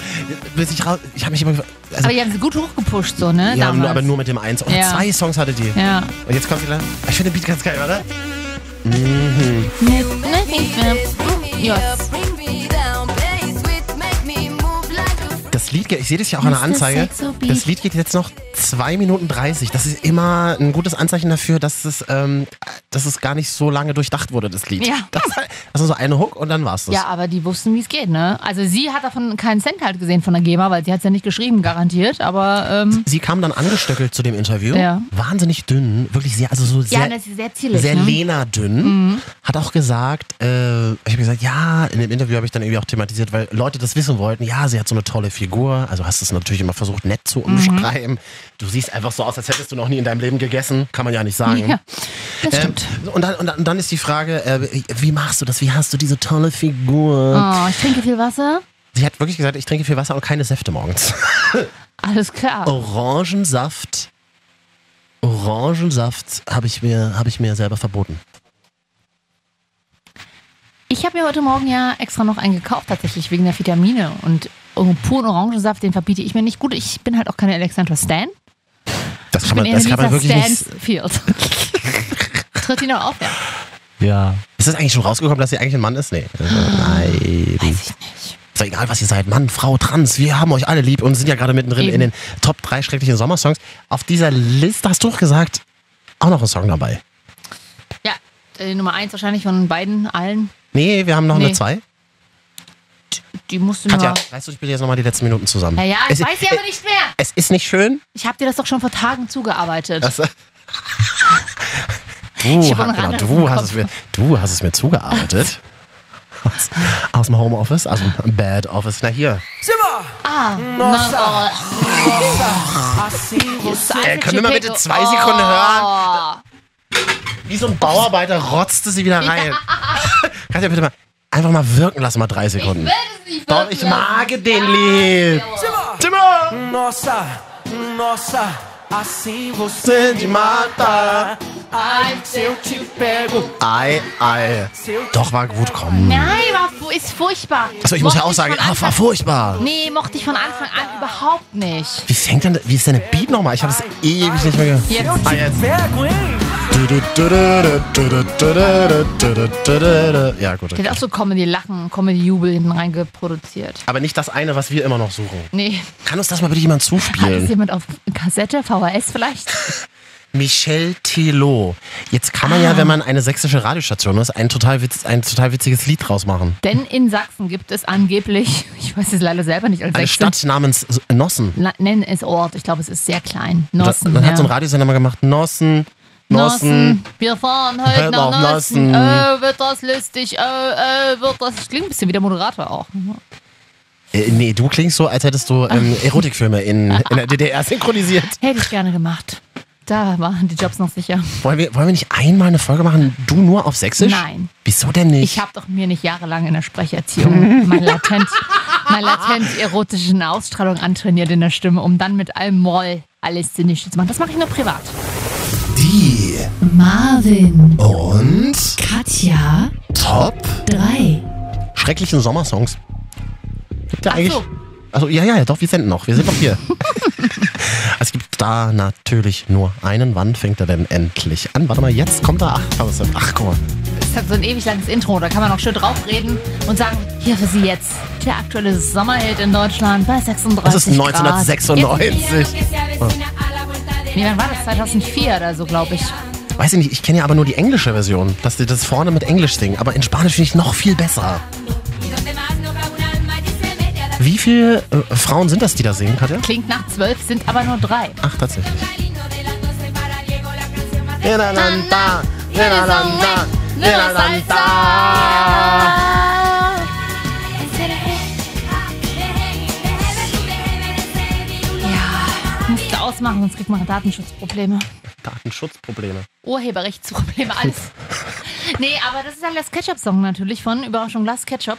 bis ich raus, ich habe mich immer, gefragt, also,
Aber die haben sie gut hochgepusht, so, ne?
ja,
damals.
aber nur mit dem eins. Oder
Ja.
zwei Songs hatte die.
Ja.
Und jetzt kommt wieder, ich finde den Beat ganz geil, oder?
Ja. Ne,
Bring me down, bass, which make me move like a freak.
Das Lied, geht- ich sehe das ja auch an der
Mr.
Anzeige.
Sexobeat.
Das Lied geht jetzt noch 2 Minuten 30. Das ist immer ein gutes Anzeichen dafür, dass es, ähm, dass es gar nicht so lange durchdacht wurde, das Lied.
Ja.
Das, das war also so eine Hook und dann war's das.
Ja, aber die wussten, wie es geht, ne? Also sie hat davon keinen Cent halt gesehen von der GEMA, weil sie hat's ja nicht geschrieben, garantiert. Aber ähm,
Sie kam dann angestöckelt zu dem Interview.
Ja.
Wahnsinnig dünn, wirklich sehr, also so sehr.
ja, das ist sehr zierlich.
sehr
ne?
Lena-dünn, hat auch gesagt, äh, ich habe gesagt, ja, in dem Interview habe ich dann irgendwie auch thematisiert, weil Leute das wissen wollten, ja, sie hat so eine tolle Figur, also hast du es natürlich immer versucht, nett
Mhm.
zu umschreiben. Du siehst einfach so aus, als hättest du noch nie in deinem Leben gegessen, kann man ja nicht sagen.
Ja, das
Ähm,
stimmt.
und, dann, und, dann, und dann ist die Frage, äh, wie machst du das? Wie hast du diese tolle Figur?
Oh, ich trinke viel Wasser.
Sie hat wirklich gesagt, ich trinke viel Wasser und keine Säfte morgens.
Alles klar.
Oh. Orangensaft, Orangensaft habe ich, mir- habe ich mir selber verboten.
Ich habe mir heute Morgen ja extra noch einen gekauft, tatsächlich wegen der Vitamine. Und oh, puren Orangensaft, den verbiete ich mir nicht. Gut, ich bin halt auch keine Alexandra Stan.
Das
Ich
kann
bin
man,
eher
das kann man wirklich
Lisa
nicht,
Stansfield. Tritt ihn noch auf, ja.
Ja. Ist das eigentlich schon rausgekommen, dass sie eigentlich ein Mann ist? Nee. Nein.
Weiß ich nicht.
Ist doch egal, was ihr seid. Mann, Frau, Trans, wir haben euch alle lieb und sind ja gerade mittendrin
Eben.
in den Top 3 schrecklichen Sommersongs. Auf dieser Liste hast du auch gesagt, auch noch ein Song dabei.
Ja, äh, Nummer eins wahrscheinlich von beiden, allen.
Nee, wir haben noch eine
Nee.
2.
Die musste
Katja,
nur...
reißt du dich bitte jetzt nochmal die letzten Minuten zusammen.
Ja, ja, ich
es, äh,
weiß ja aber nicht mehr.
Es ist nicht schön.
Ich habe dir das doch schon vor Tagen zugearbeitet.
Das, du,
hab
ha-
einen
genau,
Rand
du,
im
hast
Kopf.
es mir, du hast es mir zugearbeitet. Aus, aus dem Homeoffice, aus dem Bad Office. Na hier,
Nossa. Nossa.
Äh, können wir mal bitte zwei Sekunden
Oh.
hören? Wie so ein Bauarbeiter rotzte sie wieder rein. Katja, bitte mal. Einfach mal wirken lassen, mal drei Sekunden. Doch, ich mag den Lied. Timmer!
Nossa, nossa, assim você
Sind Mata.
eu te pego.
Ei, ei. Doch, war gut, komm.
Nein, war, fu- ist furchtbar.
Achso, ich muss ja
Mochte
auch sagen,
von
ah, war
Anfang-
furchtbar.
Nee, mochte ich von Anfang an überhaupt nicht.
Wie fängt denn, wie ist denn der Beat nochmal? Ich habe es ewig nicht mehr gehört.
Jetzt.
Ah, jetzt.
Pego, hein?
Ja, gut.
Der
Okay.
hat auch so Comedy-Lachen, Comedy-Jubel hinten reingeproduziert.
Aber nicht das eine, was wir immer noch suchen.
Nee,
Kann uns das mal bitte jemand
hat es
zuspielen?
jemand auf Kassette, VHS vielleicht?
Michel Thelo. Jetzt kann man
Ah.
ja, wenn man eine sächsische Radiostation ist, ein total, witz, ein total witziges Lied draus machen.
Denn in Sachsen gibt es angeblich, ich weiß es leider selber nicht, als
Eine
Sächsin-
Stadt namens S- Nossen.
Na- nennen es Ort. Ich glaube, es ist sehr klein. Nossen.
Man
ja.
hat so einen Radiosender mal gemacht. Nossen, Nossen.
Nossen. Wir fahren heute
Hört
nach
auf
Nossen.
Nossen.
Oh, wird das lustig. Oh, oh, wird das. Ich klinge ein bisschen wie der Moderator auch.
Äh, nee, du klingst so, als hättest du ähm, Erotikfilme in, in der DDR synchronisiert.
Hätte ich gerne gemacht. Da waren die Jobs noch sicher.
Wollen wir, wollen wir nicht einmal eine Folge machen, du nur auf Sächsisch?
Nein.
Wieso denn nicht?
Ich habe doch mir nicht jahrelang in der Sprecherziehung mein latent, mein latent erotischen Ausstrahlung antrainiert in der Stimme, um dann mit allem Moll alles sinnisch zu machen. Das mache ich nur privat.
die
Marvin,
und
Katja,
Top
3.
schrecklichen Sommersongs. Gibt ja
Ach
eigentlich.
so.
Also ja, ja, ja, doch, wir senden noch. Wir sind noch hier. es gibt da natürlich nur einen. Wann fängt er denn endlich an? Warte mal, jetzt kommt er. Ach, aber es- ach guck mal.
Das hat so ein ewig langes Intro. Da kann man auch schön draufreden und sagen, hier für Sie jetzt der aktuelle Sommerhit in Deutschland bei 36
Das ist
Grad.
1996.
Nee, wann war das? 2004 oder so, glaube ich.
Weiß ich nicht, ich kenne ja aber nur die englische Version, dass sie das vorne mit Englisch singen. Aber in Spanisch finde ich noch viel besser. Wie viele äh, Frauen sind das, die da singen, Katja?
Klingt nach zwölf, sind aber nur drei.
Ach, tatsächlich.
Ja, musst du ausmachen, sonst kriegt man Datenschutzprobleme.
Datenschutzprobleme.
Urheberrechtsprobleme, alles. Nee, aber das ist halt der Ketchup-Song natürlich von Überraschung Last Ketchup.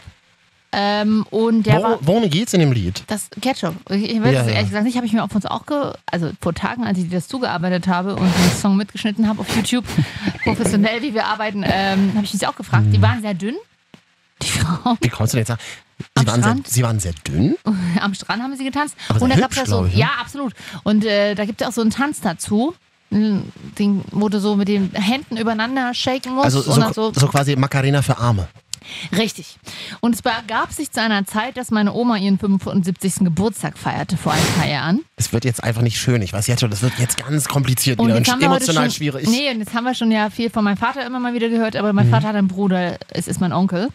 Ähm, und der
Wo,
war.
worum geht's in dem Lied?
Das Ketchup. Ich ich weiß
Ja,
es
ja.
ehrlich gesagt nicht, habe ich mir auf uns auch ge also vor Tagen, als ich das zugearbeitet habe und den Song mitgeschnitten habe auf YouTube, professionell, wie wir arbeiten, ähm, habe ich mich auch gefragt.
Hm.
Die waren sehr dünn, die Frauen.
Wie kommst du denn jetzt sagen?
Am
Sie waren, sehr,
Strand?
sie waren sehr dünn?
Am Strand haben sie getanzt.
Aber
und da
sehr
gab's ja
hübsch,
so,
glaub ich, ne?
ja, absolut. Und äh, da gibt es auch so einen Tanz dazu. Ein Ding, wo du so mit den Händen übereinander shaken musst.
Also
und dann
so, so quasi Macarena für Arme.
Richtig. Und es begab sich zu einer Zeit, dass meine Oma ihren 75. Geburtstag feierte vor ein paar Jahren.
Es wird jetzt einfach nicht schön. Ich weiß jetzt schon, das wird jetzt ganz kompliziert wieder und
jetzt haben wir heute
emotional
schon,
schwierig. Mhm.
Nee, und jetzt haben wir schon ja viel von meinem Vater immer mal wieder gehört, aber mein Vater hat einen Bruder, es ist mein Onkel.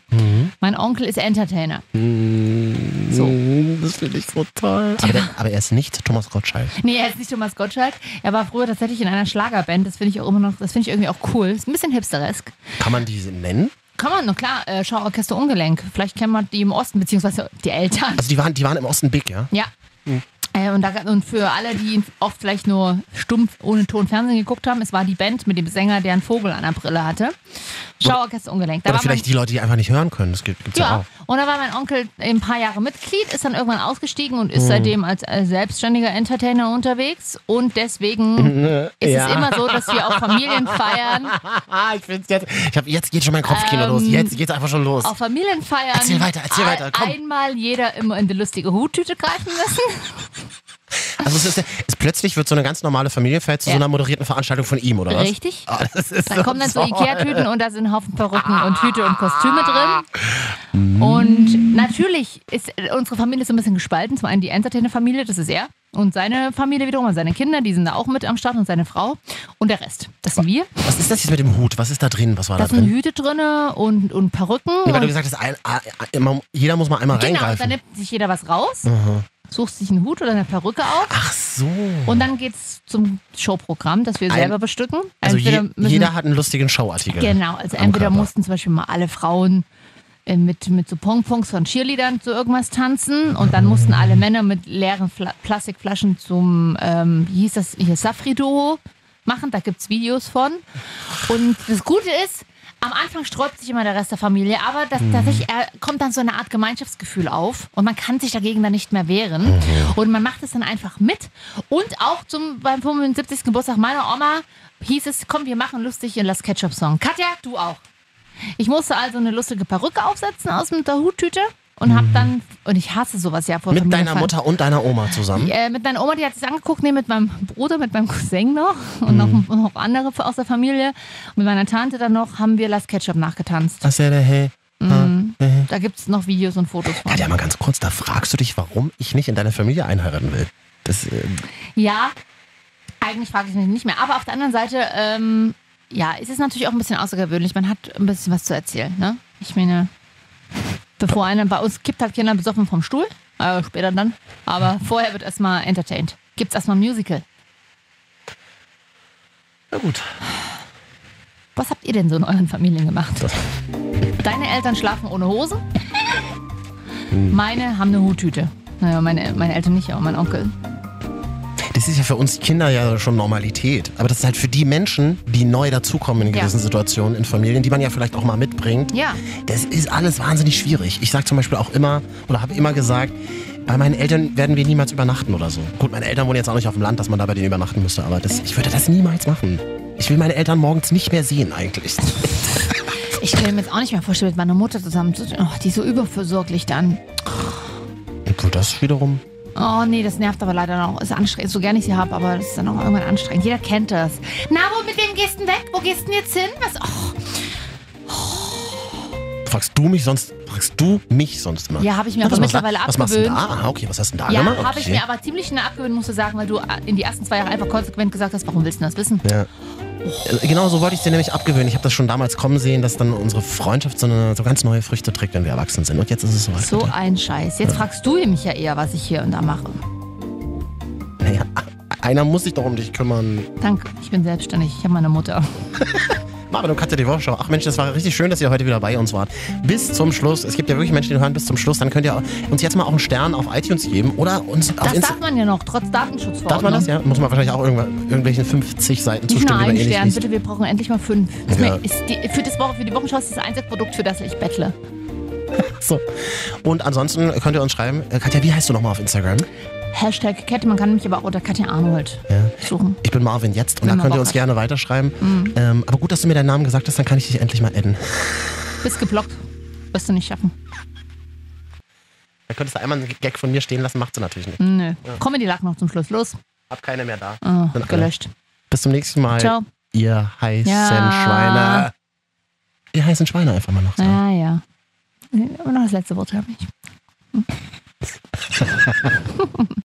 Mein Onkel ist Entertainer.
Mhm. Mm, Das finde ich so toll. Aber, der, aber er ist nicht Thomas Gottschalk.
Nee, er ist nicht Thomas Gottschalk. Er war früher tatsächlich in einer Schlagerband. Das finde ich auch immer noch, das finde ich irgendwie auch cool. Ist ein bisschen hipsteresk.
Kann man diese nennen?
Kann man, noch klar, äh, Schauorchester Ungelenk. Vielleicht kennen wir die im Osten, beziehungsweise die Eltern.
Also die waren, die waren im Osten big, ja?
Ja. Äh, und, da, und für alle, die oft vielleicht nur stumpf ohne Ton Fernsehen geguckt haben, es war die Band mit dem Sänger, der einen Vogel an der Brille hatte. Schauorchester Ungelenk. Da
Oder
war mein-
vielleicht die Leute, die einfach nicht hören können. Das gibt, gibt's ja,
Ja,
auch.
und da war mein Onkel ein paar Jahre Mitglied, ist dann irgendwann ausgestiegen und
Mhm.
ist seitdem als äh, selbstständiger Entertainer unterwegs. Und deswegen ist
ja.
es immer so, dass wir auf Familienfeiern,
Ah, ich find's jetzt. Ich habe jetzt geht schon mein Kopfkino
Ähm.
los. Jetzt geht's einfach schon los.
auf Familienfeiern
Erzähl weiter, erzähl
all-
weiter, komm.
einmal jeder immer in die lustige Huttüte greifen müssen.
Also es ist, es plötzlich wird so eine ganz normale Familienfeier zu so
Ja.
einer moderierten Veranstaltung von ihm, oder was?
Richtig.
Ah, das ist
Dann kommen dann so
toll. Ah.
Ikea-Tüten und da sind ein Haufen Perücken und Hüte und Kostüme drin.
Mhm.
Und natürlich ist äh, unsere Familie so ein bisschen gespalten. Zum einen die Entertainer-Familie, das ist er. Und seine Familie wiederum und seine Kinder, die sind da auch mit am Start und seine Frau. Und der Rest, das sind wir.
Was ist das jetzt mit dem Hut? Was ist da drin? Was war
Da
da
sind
drin?
Hüte drin und, und Perücken.
Nee, weil du
und
gesagt hast, ein, ah, immer, jeder muss mal einmal
genau, und dann
reingreifen.
nimmt sich jeder was raus, sucht sich einen Hut oder eine Perücke auf.
Mhm. Ach so.
Und dann geht's zum Showprogramm, das wir
Ein-
selber bestücken.
also je,
Entweder müssen-
jeder hat einen lustigen Showartikel.
Genau, also
am
entweder
Körper.
mussten zum Beispiel mal alle Frauen äh, mit, mit so Pongpongs von Cheerleadern zu irgendwas tanzen und dann mussten alle Männer mit leeren Fla Plastikflaschen zum, ähm, wie hieß das, hier Safri-Duo machen, da gibt's Videos von. Und das Gute ist, am Anfang sträubt sich immer der Rest der Familie, aber das,
Mhm.
tatsächlich äh, kommt dann so eine Art Gemeinschaftsgefühl auf und man kann sich dagegen dann nicht mehr wehren.
Mhm,
Und man macht es dann einfach mit. Und auch zum, beim 75. Geburtstag meiner Oma hieß es, komm, wir machen lustig in Las Ketchup-Song. Katja, du auch. Ich musste also eine lustige Perücke aufsetzen aus mit der Huttüte und hab dann, und ich hasse sowas ja vor
Mhm. Mit deiner
Familienfeiern.
Mutter und deiner Oma zusammen.
Äh, mit meiner Oma, die hat sich angeguckt, nee, mit meinem Bruder, mit meinem Cousin noch und noch, noch andere aus der Familie und mit meiner Tante dann noch haben wir Last Ketchup nachgetanzt.
Das ist ja der Hey.
Da gibt's noch Videos und Fotos von.
Katja, mal ganz kurz, da fragst du dich, warum ich nicht in deine Familie einheiraten will. Das, äh,
Ja, eigentlich frage ich mich nicht mehr. Aber auf der anderen Seite, ähm, ja, es ist natürlich auch ein bisschen außergewöhnlich. Man hat ein bisschen was zu erzählen. Ne? Ich meine, bevor einer bei uns kippt, hat Kinder besoffen vom Stuhl. Äh, später dann. Aber vorher wird erstmal entertained. Gibt's erstmal ein Musical.
na gut.
Was habt ihr denn so in euren Familien gemacht?
Das-
Deine Eltern schlafen ohne Hose.
Hm.
Meine haben eine Huttüte. Naja, meine, meine Eltern nicht, aber mein Onkel.
Das ist ja für uns Kinder ja schon Normalität. Aber das ist halt für die Menschen, die neu dazukommen in
Ja.
gewissen Situationen in Familien, die man ja vielleicht auch mal mitbringt.
Ja.
Das ist alles wahnsinnig schwierig. Ich sage zum Beispiel auch immer oder habe immer gesagt, bei meinen Eltern werden wir niemals übernachten oder so. Gut, meine Eltern wohnen jetzt auch nicht auf dem Land, dass man da bei denen übernachten müsste, aber das, ich würde das niemals machen. Ich will meine Eltern morgens nicht mehr sehen eigentlich.
Ich kann mir jetzt auch nicht mehr vorstellen, mit meiner Mutter zusammen zu oh, Die ist so überfürsorglich dann.
Und das wiederum.
Oh nee, das nervt aber leider noch. Ist anstrengend, so gerne ich sie habe, aber das ist dann auch irgendwann anstrengend. Jeder kennt das. Na, wo mit wem gehst du denn weg? Wo gehst du denn jetzt hin? Was? Oh.
Fragst du mich sonst, fragst du mich sonst immer.
Ja, habe ich mir
Na,
aber
was machst du
mittlerweile
da? Was machst du denn da?
abgewöhnt.
Ah, okay, was hast du denn da gemacht?
Ja, habe ich
Okay.
mir aber ziemlich schnell abgewöhnt, musst du sagen, weil du in die ersten zwei Jahre einfach konsequent gesagt hast, warum willst du denn das wissen?
Ja. Äh, Genau so wollte ich es dir nämlich abgewöhnen. Ich habe das schon damals kommen sehen, dass dann unsere Freundschaft so, eine, so ganz neue Früchte trägt, wenn wir erwachsen sind. Und jetzt ist es soweit.
So
Katja.
ein Scheiß. Jetzt fragst du mich ja eher, was ich hier und da mache.
naja, einer muss sich doch um dich kümmern.
Danke, ich bin selbstständig. Ich habe meine Mutter.
Marvin und Katja, die Wochenschau. Ach Mensch, das war richtig schön, dass ihr heute wieder bei uns wart. Bis zum Schluss. Es gibt ja wirklich Menschen, die hören bis zum Schluss. Dann könnt ihr uns jetzt mal auch einen Stern auf iTunes geben oder uns auf
Das
Insta.
darf man ja noch, trotz Datenschutzverordnung.
Darf man das? Ja, muss man wahrscheinlich auch irgendwann, irgendwelchen 50 Seiten
Nicht nur
zustimmen,
einen
die man eh nicht
Stern,
liest.
bitte, wir brauchen endlich mal fünf. Ist
Ja.
mir, ist die, für, das Woche, für die Wochenschau ist das einzige Produkt, für das ich bettle.
So. Und ansonsten könnt ihr uns schreiben, äh, Katja, wie heißt du nochmal auf Instagram?
Hashtag Kette, man kann mich aber auch unter Katja Arnold suchen.
Ich bin Marvin jetzt und
Wenn
da
man
könnt ihr
Bock
uns
hat.
gerne weiterschreiben.
Mhm.
Ähm, aber gut, dass du mir deinen Namen gesagt hast, dann kann ich dich endlich mal adden.
Bist geblockt. Wirst du nicht schaffen.
Dann könntest du einmal einen Gag von mir stehen lassen, macht sie natürlich nicht.
Nö. Comedy lag noch zum Schluss. Los.
Hab keine mehr da.
Ah,
Sind alle.
gelöscht.
Bis zum nächsten Mal.
Ciao.
Ihr heißen
Ja.
Schweine. Ihr heißen Schweine einfach mal noch sagen.
Ja, ja. Nee, Immer noch das letzte Wort habe ich.